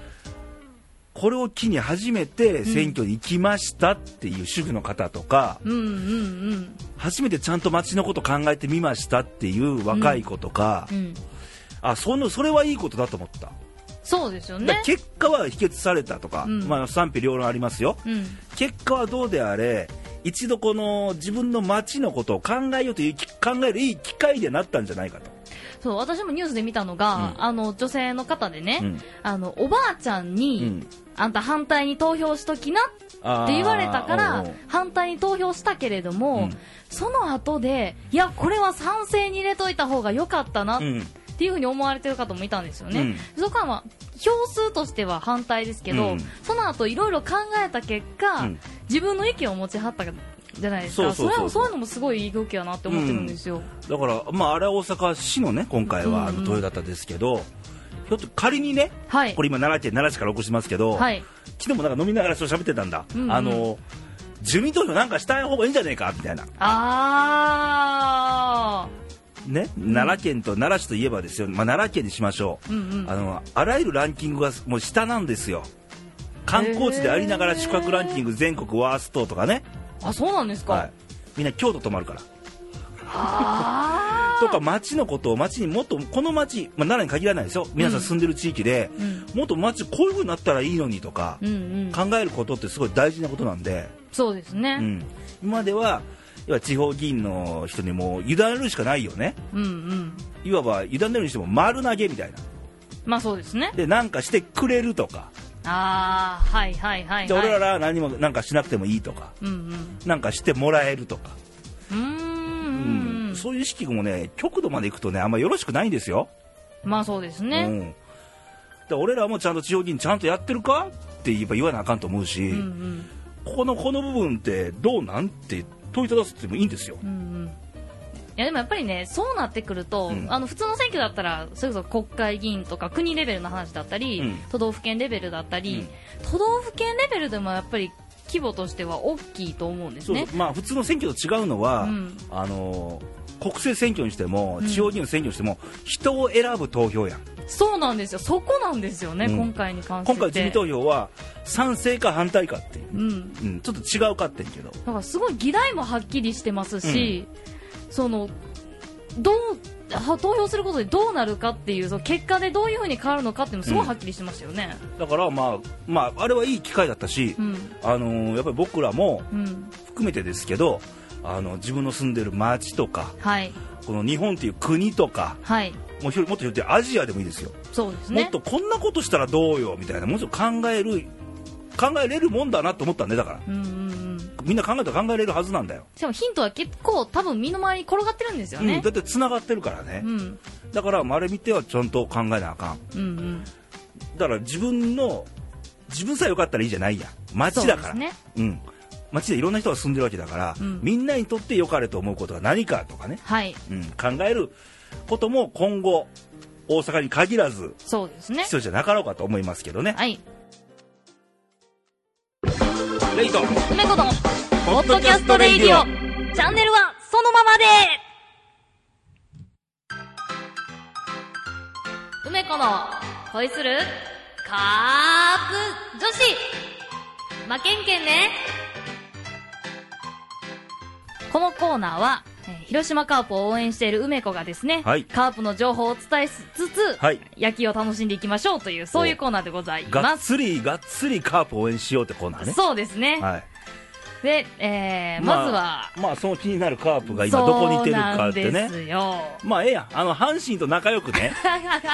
S1: ここれを機に初めて選挙に行きましたっていう主婦の方とか、
S2: うんうんうん
S1: 初めてちゃんと町のこと考えてみましたっていう若い子とか、
S2: うん
S1: あそのそれはいいことだと思った、
S2: そうですよ
S1: だから
S2: ね
S1: 結果は否決されたとか、
S2: うん
S1: まあ、賛否両論ありますよ、
S2: うん
S1: 結果はどうであれ一度この自分の町のことを考えようというき考えるいい機会でなったんじゃないかと、
S2: そう私もニュースで見たのが、
S1: うん
S2: あの女性の方でね、
S1: うん
S2: あのおばあちゃんに、
S1: うん
S2: あんた反対に投票しときなって
S1: あー
S2: 言われたか
S1: おう
S2: ら
S1: おう
S2: 反対に投票したけれど
S1: う
S2: も、
S1: ん
S2: その後でいやこれは賛成に入れといた方が良かったなっ
S1: うん
S2: っていうふうに思われてる方もいたんですよね、そこはまあ票数としては反対ですけど、
S1: うん
S2: その後いろいろ考えた結果、
S1: うん
S2: 自分の意見を持ちはったじゃないですか
S1: そうそうそう
S2: れはそういうのもすごいいい動きやなって思ってるんですよ、
S1: だから、まあ、あれは大阪市のね今回はあ
S2: うんう
S1: の
S2: ん
S1: 豊田ですけど、ひょっと仮にね、
S2: はい
S1: これ今奈良県奈良市から録してますけど、
S2: はい
S1: 昨日もなんか飲みながらちょっと喋ってたんだ、
S2: うんうん
S1: あの住民投票なんかしたい方がいいんじゃねえかみたいな、
S2: あ
S1: ね、奈良県と奈良市といえばですよ、まあ、奈良県にしましょう、
S2: うんうん
S1: あのあらゆるランキングがもう下なんですよ観光地でありながら宿泊ランキング全国ワーストとかね、
S2: ーあそうなんですか、
S1: はい、みんな京都泊まるから
S2: あー
S1: とか町のことを町にもっとこの町、まあ、奈良に限らないですよ皆さん住んでる地域で、
S2: うん
S1: もっと町こういう風になったらいいのにとか、
S2: うんう
S1: 考
S2: ん
S1: えることってすごい大事なことなんで、
S2: そうです
S1: う
S2: ね、
S1: ん、今までは要は地方議員の人にもう委ねるしかないよね
S2: うん、うん
S1: いわば委ねるにしても丸投げみたいな
S2: まあそうですね
S1: でなんかしてくれるとか
S2: ああはいはいはい、はい、
S1: で俺らは何もなんかしなくてもいいとか
S2: うんうん
S1: なんかしてもらえるとか、
S2: う
S1: う
S2: ー
S1: ん
S2: んうん
S1: そういう意識もね極度までいくとねあんまよろしくないんですよ、
S2: まあそうです
S1: う
S2: ね、
S1: ん、で俺らもちゃんと地方議員ちゃんとやってるかって言えば言わなあかんと思うし、
S2: うんうん
S1: ここのこの部分ってどうなんって問いただすってもいいんですよ、
S2: うんうんいやでもやっぱりねそうなってくると、
S1: うん
S2: あの普通の選挙だったらそれこそ国会議員とか国レベルの話だったり、
S1: うん
S2: 都道府県レベルだったり、都道府県レベルでもやっぱり規模としては大きいと思うんです
S1: そう
S2: ね。
S1: まあ、普通の選挙と違うのは、
S2: うん
S1: あの国政選挙にしても
S2: うん
S1: 地方議員の選挙にしても、人を選ぶ投票やん
S2: そうなんですよそこなんですよね、
S1: うん
S2: 今回に関して
S1: 今回自民投票は賛成か反対かっていう、
S2: うん、
S1: うん、ちょっと違うかってんけど
S2: だからすごい議題もはっきりしてますし、そのどうは投票することでどうなるかっていうその結果でどういうふうに変わるのかっていうのすごいはっきりしてましたよね。
S1: だから、まあまあ、あれはいい機会だったし、
S2: うん、
S1: あのーやっぱり僕らも
S2: うん、
S1: 含めてですけどあの自分の住んでる町とか
S2: はい
S1: この日本っていう国とか
S2: はい
S1: もうひろもっと言ってアジアでもいいですよ、
S2: そうです
S1: も
S2: ね
S1: っとこんなことしたらどうよみたいなもうちょっと考える考えれるもんだなと思ったんでだから
S2: うんうんうん
S1: みんな考えたら考えれるはずなんだよ、
S2: しかもヒントは結構多分身の回りに転がってるんですよ
S1: うん
S2: ね
S1: だってつながってるからね
S2: う、ん
S1: だからまああれ見てはちゃんと考えなあかん
S2: うんうん
S1: だから自分の自分さえよかったらいいじゃないやん町だから
S2: そうですね
S1: うん、町でいろんな人が住んでるわけだから、
S2: うん
S1: みんなにとって良かれと思うことが何かとかね、
S2: はい
S1: うん、考えることも今後大阪に限らず
S2: そうですね
S1: 必要じゃなかろうかと思いますけどね、
S2: はい
S1: レイト
S2: 梅子のポッドキャストレイディオチャンネルはそのままで梅子の恋するカープ女子負けんけんねこのコーナーはえー広島カープを応援している梅子がですね、
S1: はい
S2: カープの情報をお伝えしつつ、
S1: はい
S2: 野球を楽しんでいきましょうというそういうコーナーでござい
S1: が
S2: ま
S1: っ
S2: す、
S1: つりがっつりカープ応援しようってコーナーね
S2: そうですね、
S1: はい
S2: で、えーまずは、
S1: まあ、まあその気になるカープが今どこにいてるかって
S2: そうなん
S1: ね
S2: ですよ。
S1: まあええやんあの阪神と仲良く ね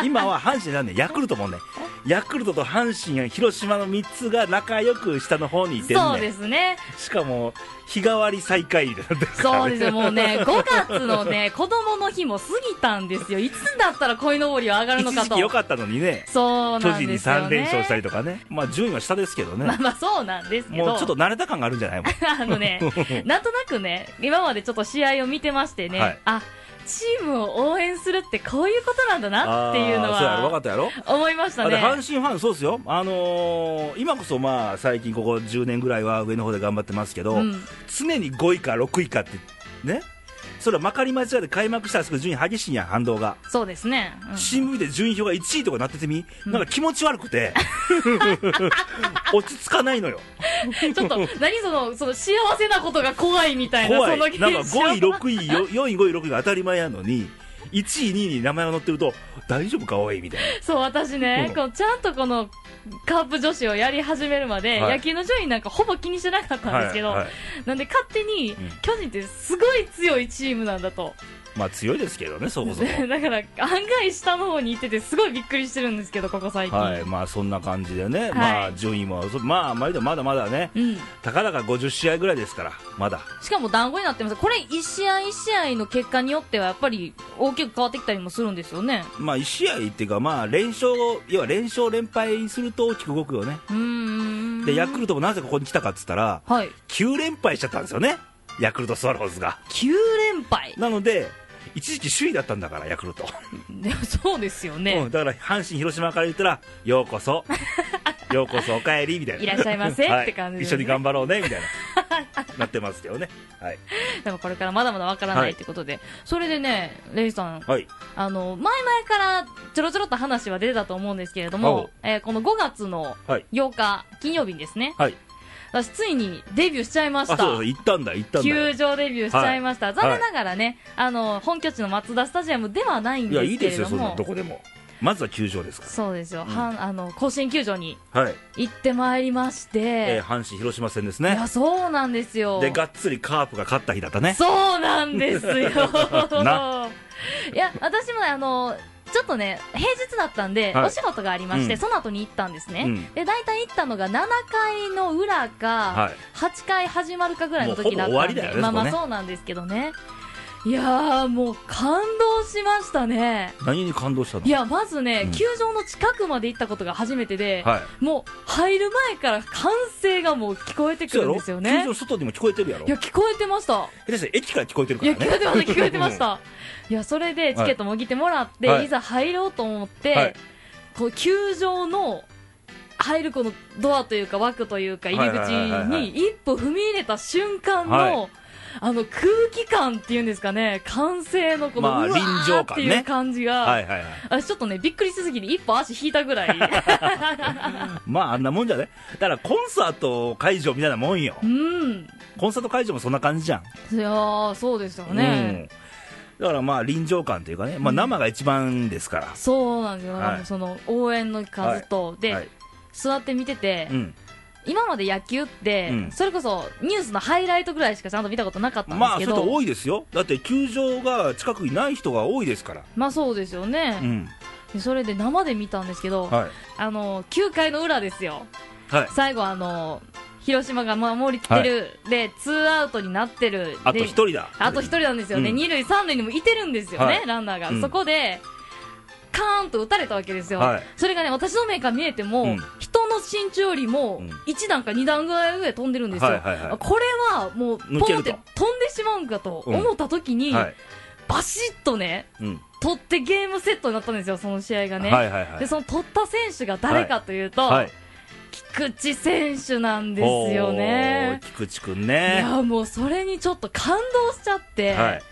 S1: 今は阪神なんでヤクルトもねヤクルトと阪神や広島の3つが仲良く下の方にいてん
S2: そう
S1: ね
S2: ですね。
S1: しかも日替わり最下位だったから
S2: そうですよも うね、5月のね、子供の日も過ぎたんですよ。いつになったら鯉のぼりは上がるの
S1: 一
S2: か
S1: 時
S2: と
S1: 期。良かったのにね
S2: そう
S1: 巨
S2: な
S1: 人
S2: ん
S1: に
S2: ですよ、ね。
S1: 3連勝したりとかねまあ順位は下ですけどね
S2: まあまあそうなんですけど。
S1: もうちょっと慣れた感があるんじゃないもん
S2: あ のね、なんとなくね、今までちょっと試合を見てましてね、
S1: はい
S2: あ、チームを応援するってこういうことなんだなっていうの
S1: あーそうやろ分か
S2: は
S1: ったやろ
S2: 思いました
S1: だって阪
S2: ね。
S1: 神ファン、そうですよ、あのー今こそまあ最近、ここ10年ぐらいは上の方で頑張ってますけど、
S2: うん
S1: 常に5位か6位かって、ね、それはまかり間違えて開幕したらすぐ順位激しいんや反動が、
S2: そうですね、うん
S1: 新聞見て順位表が1位とかなっててみ、なんか気持ち悪く て落ち着かないのよ
S2: ちょっと何そのその幸せなことが怖いみたいな
S1: 怖い
S2: その
S1: なん
S2: 現
S1: か
S2: 象
S1: 5位6位よ4位5位6位が当たり前やのに1位2位に名前が載ってると大丈夫かおいみたいな
S2: そう私ね、
S1: うん
S2: こうちゃんとこのカープ女子をやり始めるまで、
S1: はい
S2: 野球の順位なんかほぼ気にしてなかったんですけど、
S1: はいはい
S2: なんで勝手に、
S1: ん
S2: 巨人ってすごい強いチームなんだと、
S1: まあ強いですけどねそこそ こ
S2: だから案外下の方に行っててすごいびっくりしてるんですけどここ最近、
S1: はいまあそんな感じでね、
S2: い
S1: まあ順位もそまあまあ言うとまだまだね
S2: うん、
S1: たかだか50試合ぐらいですからまだ
S2: しかも団子になってますこれ1試合1試合の結果によってはやっぱり大きく変わってきたりもするんですよね
S1: まあ1試合っていうかまあ連勝要は連勝連敗すると大きく動くよね
S2: うーん
S1: でヤクルトもなぜここに来たかっつったら
S2: はい
S1: 9連敗しちゃったんですよねヤクルトスワローズが
S2: 9連敗
S1: なので一時期首位だったんだからヤクルト
S2: でもそうですよね、
S1: うん、だから阪神、広島から言ったら、ようこそ、 ようこそお帰りみたいな、
S2: いらっしゃいませ
S1: は
S2: って感じで
S1: 一緒に頑張ろうねみたいな、なってますけどね、はい、
S2: でもこれからまだまだわからないってことで、それでねレイさん
S1: はい、
S2: あの前々からちょろちょろっと話は出てたと思うんですけれども、えーこの5月の
S1: はい、
S2: 8日金曜日にですね
S1: はい、
S2: 私ついにデビューしちゃいま
S1: あ、
S2: し
S1: そう
S2: た
S1: そう、行ったんだ、行ったんだよ
S2: 球、場デビューしちゃいました、
S1: い
S2: 残念ながらね、あの本拠地のマツダスタジアムではないん
S1: いや、
S2: で
S1: い
S2: す
S1: い
S2: け
S1: で
S2: れ
S1: すよ、
S2: ど
S1: そんな
S2: も
S1: どこでも、まずは球場ですか
S2: そうですよ、
S1: うん
S2: はんあの甲子園球場に
S1: ら、はい、
S2: 行ってまいりまして、
S1: えー阪神、広島戦です
S2: い
S1: ね
S2: や、そうなんですよ
S1: で、がっつりカープが勝った日だったね、
S2: そうなんですよ
S1: ない
S2: や私もねあのちょっとね平日だったんで、
S1: はい
S2: お仕事がありまして、
S1: うん
S2: その後に行ったんですね、
S1: うん
S2: で大体行ったのが7回の裏
S1: は
S2: か、
S1: い、
S2: 8回始まるかぐらいの時だったんで
S1: もうほぼ終わりだよね
S2: まあまあ
S1: そこね
S2: そうなんですけどねいやーもう感動しましたね
S1: 何に感動したの
S2: いやまずね、
S1: うん
S2: 球場の近くまで行ったことが初めてで、
S1: はい
S2: もう入る前から歓声がもう聞こえてく
S1: そうや
S2: るん
S1: ろ
S2: ですよ
S1: 球
S2: ね
S1: 場外にも聞こえてるやろ
S2: いや聞こえてました
S1: えですね駅から聞こえてるか
S2: いや
S1: ら
S2: 聞こ
S1: ね
S2: えてました聞こえてましたいやそれでチケットもぎってもらって、
S1: はい
S2: い、ざ入ろうと思って、
S1: はい
S2: こう球場の入るこのドアというか枠というか入り口
S1: はいはいはいはい
S2: に一歩踏み入れた瞬間の、
S1: はい
S2: あの空気感っていうんですかね歓声のこの、
S1: まあ
S2: うわー
S1: 臨場感ね
S2: っていう感じが、
S1: はいはいはい
S2: あちょっとねびっくりしすぎて一歩足引いたぐ らい
S1: まああんなもんじゃねだからコンサート会場みたいなもんよ
S2: うん
S1: コンサート会場もそんな感じじゃん、
S2: いやーそうですよね、
S1: うん、だからまあ臨場感というかね、まあ、生が一番ですから、
S2: そうなんですよ、
S1: はい
S2: あのその応援の数と、で、
S1: はい
S2: 座って見てて、
S1: うん、
S2: 今まで野球って、
S1: うん
S2: それこそニュースのハイライトぐらいしかちゃんと見たことなかったんで
S1: まあ
S2: す
S1: そうい
S2: け
S1: う
S2: ど、
S1: 人多いですよだって球場が近くにない人が多いですから、
S2: まあそうですよ
S1: う
S2: ね、
S1: ん
S2: でそれで生で見たんですけど、
S1: はい
S2: あの9回の裏ですよ、
S1: はい、
S2: 最後、あの広島が守りきってる、でツーアウトになってる、
S1: あと
S2: で
S1: 一人だ
S2: あと一人なんですよね、
S1: うん
S2: 二塁、三塁にもいてるんですよね、
S1: はい
S2: ランナーが、
S1: うん
S2: そこでカーンと打たれたわけですよ、
S1: はい
S2: それがね私の目から見えても、
S1: うん
S2: 人の身長よりも
S1: うん
S2: 1段か2段ぐらい上飛んでるんですよ、
S1: はいはいはい
S2: これはもうポ
S1: 抜け
S2: ー
S1: る
S2: ンって
S1: と
S2: 飛んでしまうんかと思った時に、
S1: はい
S2: バシッとね
S1: うん
S2: 取ってゲームセットになったんですよ、その試合がね。
S1: はいはいはい
S2: でその取った選手が誰かというと、
S1: はい
S2: 菊池選手なんですよね
S1: おー。菊池君
S2: い
S1: ね
S2: やもうそれにちょっと感動しちゃって、
S1: はい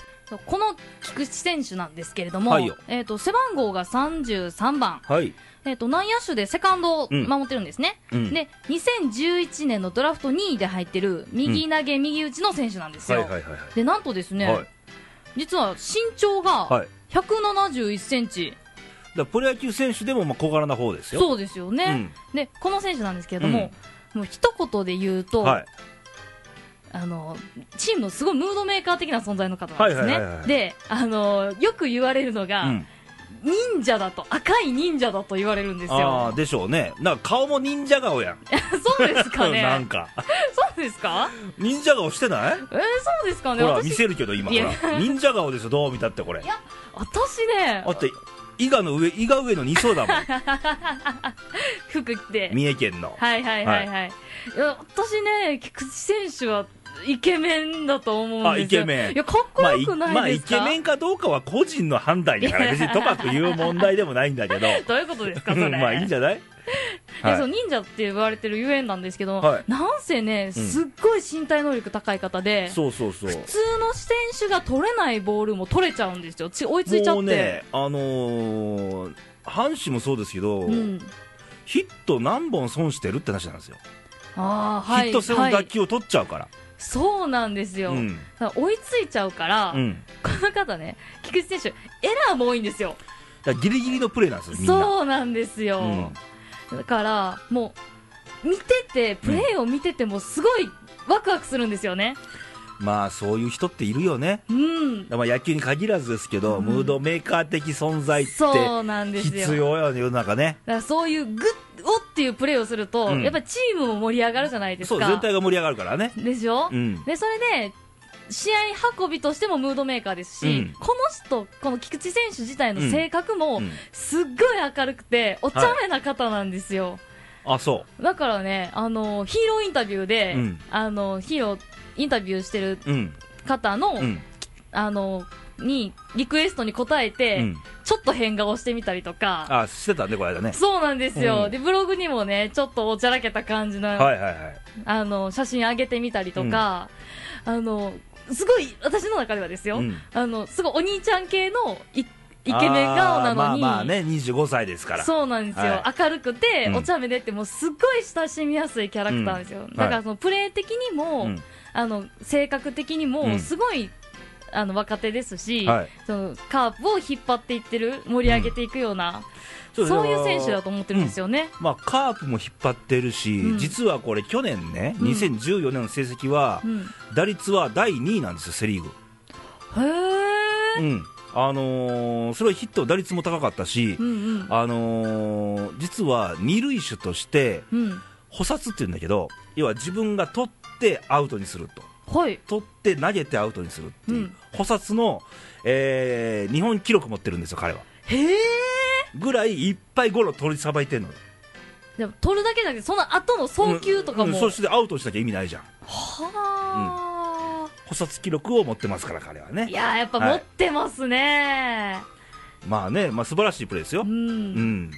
S2: この菊池選手なんですけれども、
S1: はいよ
S2: えー、と背番号が33番、
S1: はい、
S2: えー、と内野手でセカンドを
S1: うん
S2: 守ってるんですね、
S1: うん
S2: で2011年のドラフト2位で入ってる右投げ、右打ちの選手なんです
S1: はい
S2: よ、
S1: はいはいはい
S2: でなんとですね、
S1: はい
S2: 実は身長
S1: は
S2: が
S1: い
S2: 1 7 1センチ、
S1: だからプロ野球選手でもまあ小柄な方ですよ
S2: そうですよね、でこの選手なんですけれども、もう一言で言うと、
S1: はい
S2: あのチームのすごいムードメーカー的な存在の方なんですね、
S1: はいはいはいはい
S2: であのよく言われるのが、
S1: うん、
S2: 忍者だと赤い忍者だと言われるんです
S1: ああ
S2: よ
S1: ーでしょうねなんか顔も忍者顔やん
S2: そうですか
S1: な
S2: ね
S1: んか
S2: そうですか
S1: 忍者顔してない
S2: えー、そうですか
S1: ほ
S2: ね
S1: ら
S2: 私
S1: 見せるけど今
S2: い
S1: ほ
S2: や
S1: ら忍者顔ですよどう見たってこれ
S2: いや私ね
S1: あって伊賀の上伊賀上の2層だも ん
S2: 服着て
S1: 三重県の
S2: はいはいはいはい、いや私ね菊池選手はイケメンだと思うんですよ
S1: あイケメン
S2: いやかっこ
S1: まあ
S2: よ
S1: い
S2: く
S1: ま
S2: な
S1: あ
S2: い
S1: イ
S2: ですか、
S1: ケメンかどうかは個人の判断だから別にとかく言う問題でもないんだけど
S2: どういうことですかそ
S1: うん
S2: れ、
S1: まあいいんじゃないはい
S2: やその忍者って言われてるゆえんなんですけど、
S1: はい
S2: なんせね、
S1: うん
S2: すっごい身体能力高い方で、
S1: そうそうそう
S2: 普通の選手が取れないボールも取れちゃうんですよ、ち追いついちゃって。
S1: もうねあのー阪神もそうですけど、
S2: うん、
S1: ヒット何本損してるって話なんですよ、
S2: あーはい
S1: ヒット性
S2: は
S1: の
S2: い
S1: 打球を取っちゃうから、
S2: そうなんですよ、
S1: うん
S2: だから追いついちゃうから、
S1: うん、
S2: この方ね、菊池選手、エラーも多いんですよ、
S1: だからギリギリのプレーなんですよみんな
S2: そうなんですよ、
S1: うん
S2: だからもう、見てて、プレーを見てても、すごいワクワクするんですよね。
S1: まあそういう人っているよね
S2: うん
S1: まあ野球に限らずですけど、
S2: うん
S1: ムードメーカー的存在っ
S2: そう
S1: て
S2: なんですよ
S1: 必要よね世の中ね
S2: だからそういうグッをっていうプレーをすると、
S1: うん
S2: やっぱりチームも盛り上がるじゃないです
S1: そう
S2: か
S1: 全体が盛り上がるからね
S2: でしょ、
S1: うん
S2: でそれで試合運びとしてもムードメーカーですし、
S1: うん
S2: この人、この菊池選手自体の性格も
S1: うん
S2: すっごい明るくてお茶目な方なんですよ、
S1: あそ
S2: だからねあのヒーローインタビューで、
S1: うん
S2: あのヒーローインタビューしてる
S1: ううん
S2: 方の,、
S1: うん
S2: あのにリクエストに応えて、
S1: うん
S2: ちょっと変顔してみたりとか
S1: あしてたねこの間ね
S2: そうなんですよ、
S1: うん
S2: でブログにもねちょっとおちゃらけた感じの,、
S1: はいはいはい
S2: あの写真上げてみたりとか、あのすごい私の中ではですよ、
S1: うん
S2: あのすごいお兄ちゃん系のイイケメン顔
S1: あ
S2: なのに、
S1: ーまあまあね25歳ですから
S2: そうなんですよ、
S1: は
S2: 明るくて、
S1: うん
S2: お茶目でってもうすっごい親しみやすいキャラクターなんですよ、
S1: ん
S2: だからそのプレー的にも、
S1: うん
S2: あの性格的に
S1: う
S2: も
S1: ん
S2: すごい、あの若手ですし、
S1: はい
S2: そのカープを引っ張っていってる盛り上げていくような、
S1: そう
S2: そういう選手だと思ってるんですよね。
S1: まあ、カープも引っ張ってるし、
S2: うん
S1: 実はこれ去年ね
S2: うん
S1: 2014年の成績は、
S2: うん
S1: 打率は第2位なんですよセ・リーグ、
S2: へ
S1: う
S2: ー
S1: んあのーそれはヒット打率も高かったし、
S2: うんうん
S1: あのー実は二塁手として
S2: うん
S1: 捕殺っていうんだけど要は自分が取ってアウトにすると
S2: はい
S1: 取って投げてアウトにするっていう、
S2: うん
S1: 捕殺の、えー日本記録持ってるんですよ彼は
S2: へえ
S1: ぐらいいっぱいゴロ取りさばいてるの
S2: でも取るだけじゃなくてその後の送球とか
S1: うんう
S2: も、
S1: んそしてアウトしなきゃ意味ないじゃん
S2: はあ、
S1: 捕殺記録を持ってますから彼はいね
S2: やーやっぱ持ってますね、
S1: まあね、まあ、素晴らしいプレーですよ、
S2: う
S1: うん
S2: ん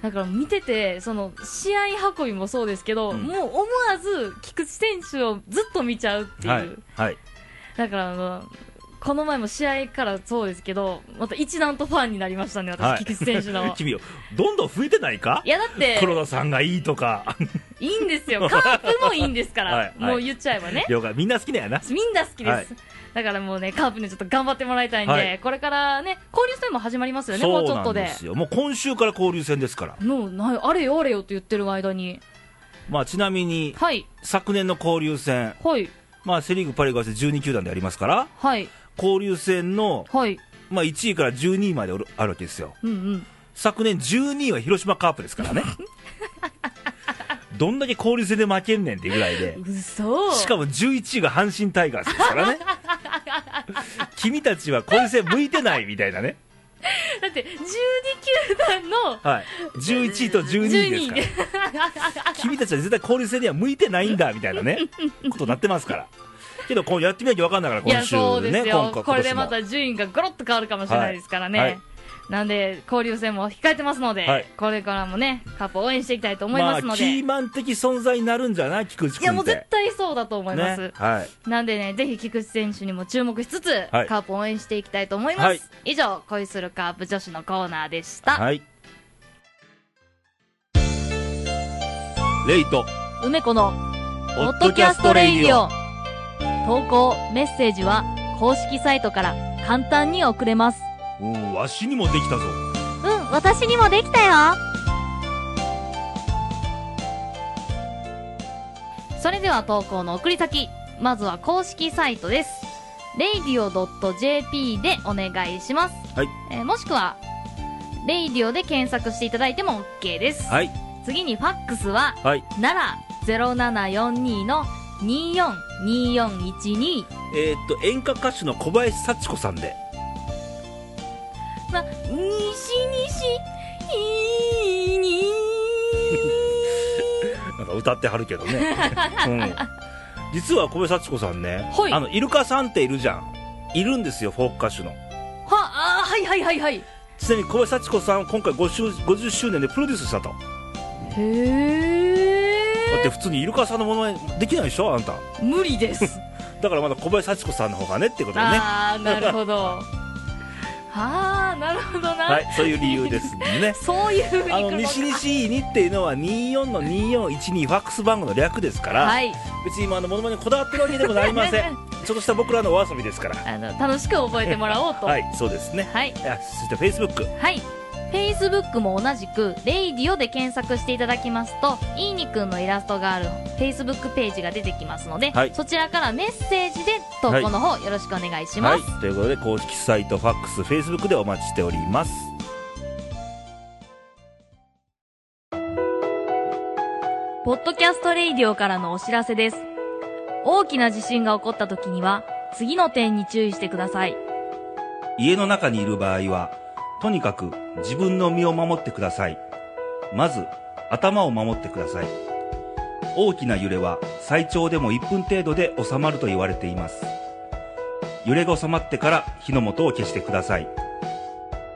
S2: だから見ててその試合運びもそうですけど、
S1: うん
S2: もう思わず菊池選手をずっと見ちゃうっていう、
S1: はい、はい、
S2: だからあのこの前も試合からそうですけどまた一段とファンになりましたね私、
S1: はい
S2: 菊池選 手の
S1: 君どんどん増えてないか
S2: いやだって
S1: 黒田さんがいいとか
S2: いいんですよカープもいいんですから、
S1: はいはい
S2: もう言っちゃえばね
S1: 了解みんな好きだよな
S2: みんな好きです、
S1: はい
S2: だからもうねカープにちょっと頑張ってもらいたいんで、
S1: はい
S2: これからね交流戦も始まりますよねもうち
S1: そう
S2: ょっ
S1: な
S2: と
S1: んで
S2: です
S1: よもう今週から交流戦ですから、
S2: もうないあれよあれよと言ってる間に
S1: まあ、ちなみに
S2: はい
S1: 昨年の交流戦、
S2: はい
S1: まあ、セ・リーグ、パ・リーグ合わせて12球団でありますから
S2: はい
S1: 交流戦の、
S2: はい
S1: まあ、1位から12位までおるあるわけですよ
S2: うんうん
S1: 昨年12位は広島カープです からねどんだけ交流戦で負けんねんっていうぐらいで
S2: 嘘
S1: しかも11位が阪神タイガースです からね君たちは交流戦向いてないみたいなね、
S2: だって12球団の
S1: はい、11位と12位ですから
S2: 12
S1: 君たちは絶対交流戦には向いてないんだみたいなねことになってますからけどこうやってみなきゃ分かんないから
S2: いや
S1: 今週
S2: そうで
S1: ね
S2: す
S1: 今
S2: よ
S1: 回
S2: これで
S1: 今
S2: ま
S1: 年も
S2: た順位がゴロッと変わるかもしれないですからね、
S1: はいはい
S2: なんで交流戦も控えてますので、
S1: はい
S2: これからもねカープ応援していきたいと思いますの
S1: あ、キ
S2: で、
S1: ーマン的存在になるんじゃない菊池君って
S2: いやもう絶対そうだと思います、
S1: ねはい、
S2: なんでね、ぜひ菊池選手にも注目しつつ、
S1: はい
S2: カープ応援していきたいと思います。
S1: はい
S2: 以上、恋するカープ女子のコーナーでした。
S1: はい、レイト
S2: 梅子のポッドキャストレイディオ。投稿、メッセージは公式サイトから簡単に送れます。
S1: うんわしにもできたぞ
S2: うん、私にもできたよ。それでは投稿の送り先。まずは公式サイトです。radio.jp でお願いします。
S1: はい
S2: えーもしくは、レイディオで検索していただいても OK です。
S1: はい
S2: 次にファックスは、
S1: はい
S2: 奈良0742の242412。
S1: えーっと演歌歌手の小林幸子さんで
S2: ま、西西、いいに
S1: なんか歌ってはるけど ね、うん、実は小林幸子さんね、
S2: はい
S1: あのイルカさんっているじゃんいるんですよフォーク歌手の
S2: は、あーはいはいはいはい。
S1: ちなみに小林幸子さんは今回 50, 50周年でプロデュースしたと
S2: へへ
S1: だって
S2: え
S1: 普通にイルカさんのものまねできないでしょあんた
S2: 無理です
S1: だからまだ小林幸子さんの方がねってことね
S2: ああなるほどああなるほどな、
S1: はいそういう理由ですね
S2: そういうふうに
S1: あの西西にっていうのは24の2412ファックス番号の略ですから、
S2: はい
S1: 別に今あのモノマネにこだわってるわけでもありません ちょっとした僕らのお遊びですから
S2: あの楽しく覚えてもらおうと
S1: は
S2: はい、
S1: いそうですね
S2: はい
S1: あそしてフェイスブック
S2: はい。Facebook も同じく、レイディオで検索していただきますと、いいにくんのイラストがある Facebook ページが出てきますので、
S1: はい
S2: そちらからメッセージで投稿の方よろしくお願いします。
S1: はい、ということで公式サイトファックスフェイスブックでお待ちしております
S2: ポッドキャストレイディオからのお知らせです。大きな地震が起こった時には、次の点に注意してください。
S1: 家の中にいる場合はとにかく自分の身を守ってくださいまず頭を守ってください大きな揺れは最長でも1分程度で収まると言われています揺れが収まってから火の元を消してください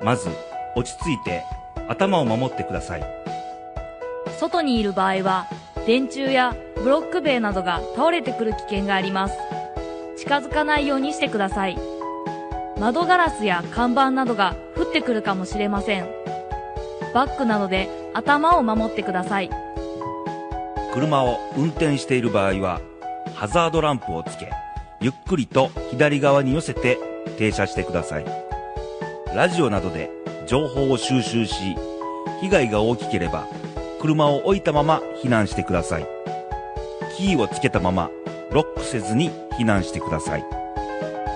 S1: まず落ち着いて頭を守ってください
S2: 外にいる場合は、電柱やブロック塀などが倒れてくる危険があります。近づかないようにしてください。窓ガラスや看板などが降ってくるかもしれません。バッグなどで頭を守ってください。
S1: 車を運転している場合はハザードランプをつけゆっくりと左側に寄せて停車してくださいラジオなどで情報を収集し被害が大きければ車を置いたまま避難してくださいキーをつけたままロックせずに避難してください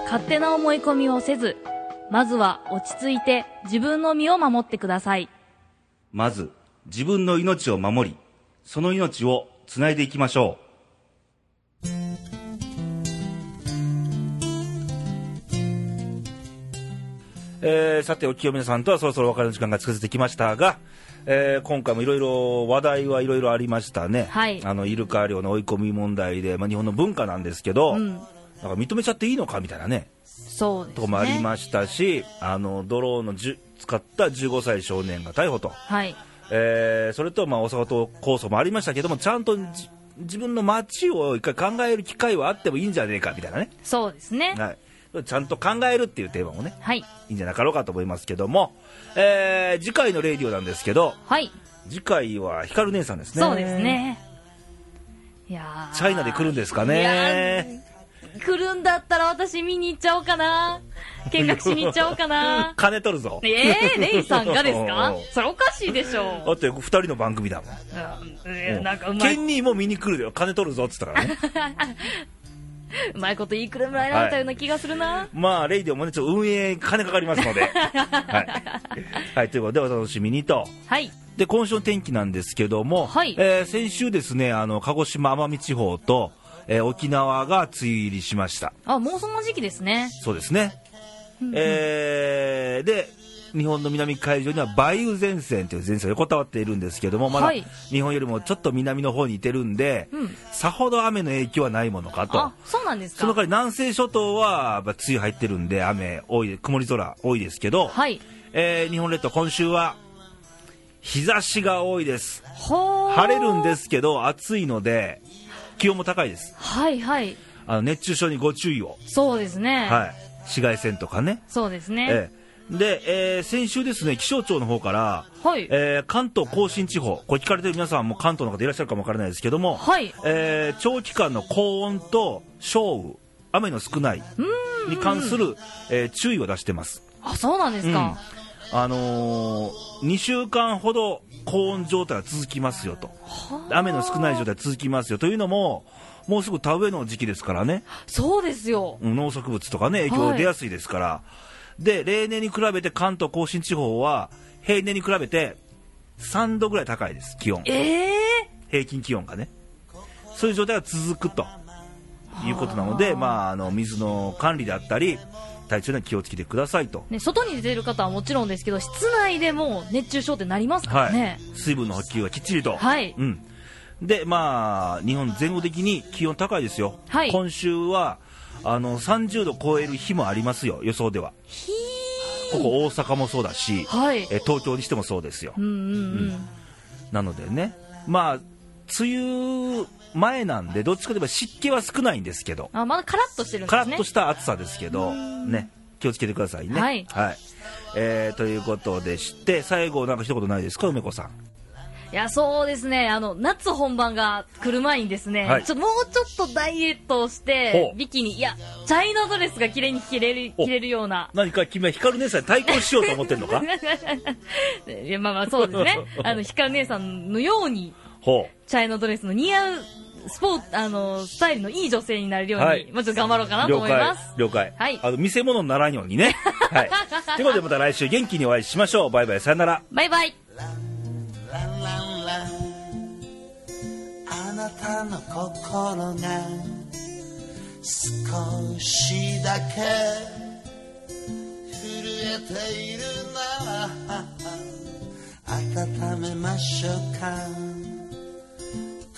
S2: 勝手な思い込みをせず、まずは落ち着いて自分の身を守ってください。
S1: まず自分の命を守りその命をつないでいきましょうえーさて、お清皆さんとはそろそろお別れの時間が近づいてきましたが、えー今回もいろいろ話題はいろいろありましたね、
S2: はい
S1: あのイルカ漁の追い込み問題で、まあ、日本の文化なんですけど、
S2: うん
S1: なんか認めちゃっていいのかみたいなね、
S2: そうですね。
S1: とこもありましたし、あのドローンのじゅ使った15歳少年が逮捕と。
S2: はい。
S1: えーそれと、まあ、大阪と構想もありましたけども、ちゃんとじ自分の街を一回考える機会はあってもいいんじゃねえかみたいなね、
S2: そうですね。
S1: はい、ちゃんと考えるっていうテーマもね、
S2: はい。
S1: いいんじゃなかろうかと思いますけども、えー次回のレディオなんですけど、
S2: はい。
S1: 次回は光姉さんですね。
S2: そうです。ね。いやー
S1: チャイナで来るんですか
S2: いや
S1: ね。
S2: 来るんだったら私見に行っちゃおうかな見学しに行っちゃおう かな
S1: 金取るぞ。
S2: えー、レイさんがです か
S1: おう
S2: それおかしいでし
S1: だ
S2: ょ
S1: って、二人の番組だもん。
S2: うんえーなんかうま
S1: ケ
S2: い
S1: ンニーも見に来るでよ。金取るぞって言ったからね。
S2: うまいこと言いくるらいなったような気がするな、
S1: まあ、レイディオもね、ちょっと運営金かかります ので。はい。はい、ということで、お楽しみにと。
S2: はい
S1: で、今週の天気なんですけども、
S2: はい
S1: えー先週ですね、あの、鹿児島、奄美地方と、えー沖縄が梅雨入りしました。
S2: あもうその時期ですね
S1: そうですね。えーで、日本の南海上には梅雨前線という前線が横たわっているんですけども、まだ
S2: はい
S1: 日本よりもちょっと南の方にいてるんで、
S2: うん
S1: さほど雨の影響はないものかと
S2: あ。そうなんです
S1: その代
S2: か
S1: わり南西諸島は、まあ、梅雨入ってるんで雨多い曇り空多いですけど、
S2: はい
S1: えー日本列島今週は日差しが多いです
S2: ほー
S1: 晴れるんですけど暑いので気温も高いです
S2: はいはい
S1: あの熱中症にご注意を、
S2: そうですね、
S1: はい、紫外線とかね、
S2: そうですね、
S1: ええで、えー先週ですね気象庁の方から、
S2: はい
S1: えー関東甲信地方これ聞かれてる皆さんも関東の方いらっしゃるかもわからないですけども、
S2: はい
S1: えー長期間の高温と少雨雨の少ないに関する、えー注意を出してます、
S2: あそうなんですか、
S1: あの2週間ほど高温状態が続きますよと
S2: はー
S1: 雨の少ない状態が続きますよというのももうすぐ田植えの時期ですからね
S2: そうですよ
S1: うん農作物とかね影響出やすいですから、で例年に比べて関東甲信地方は平年に比べて3度ぐらい高いです気温
S2: ええ
S1: 平均気温がねそういう状態が続くということなので、まあ、あの水の管理であったり体調には気をつけてくださいと、
S2: ね、外に出てる方はもちろんですけど室内でも熱中症ってなりますか
S1: は
S2: ら
S1: い
S2: ね、
S1: 水分の補給はきっちりと、
S2: はい
S1: うん、で、まあ、日本全国的に気温高いですよ、
S2: はい
S1: 今週はあの30度超える日もありますよ、予想では。
S2: ひ
S1: ここ大阪もそうだし、
S2: ーはい
S1: え東京にしてもそうですよ、
S2: うんうんうん、
S1: なのでね、まあ、梅雨前なんで、どっちかといえば湿気は少ないんですけど、
S2: あまだカラッとしてるんです
S1: カ
S2: ね
S1: ラッとした暑さですけど、ね、気をつけてくださいね。
S2: はい
S1: えーということでして、最後、なんか一言ないですか、梅子さん。
S2: いや、そうですね。あの、夏本番が来る前にですね、
S1: はい
S2: ちょもうちょっとダイエットをし
S1: ほ
S2: て
S1: う、
S2: ビキニ、いや、チャイナドレスが綺麗に着れる、
S1: お
S2: 着れるような。
S1: 何か君は光姉さんに対抗しようと思ってん のか。
S2: いや、まあまあ、そうですね あの、ヒカル姉さんのように、
S1: ほ
S2: チャイナドレスの似合う、スポーツ、あの、スタイルのいい女性になれるように、
S1: はい
S2: まあちょっと頑張ろうかな
S1: う。
S2: と
S1: 了
S2: 思いま
S1: 解
S2: す。。
S1: 了解。
S2: はい
S1: あの、見せ物にならんようにね。 はい。ということでまた来週元気にお会いしましょう。バイバイ、さよなら。
S2: バイバイ。
S3: ランランランあなたの心が少しだけ震えているなら温めましょうか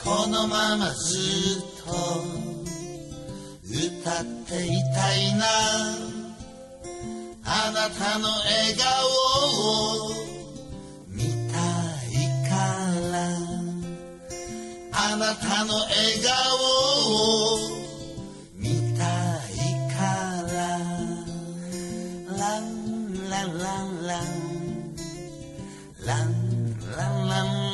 S3: このままずっと歌っていたいなあなたの笑顔をみたいからあなたの笑顔を見たいからランランランランランランランラン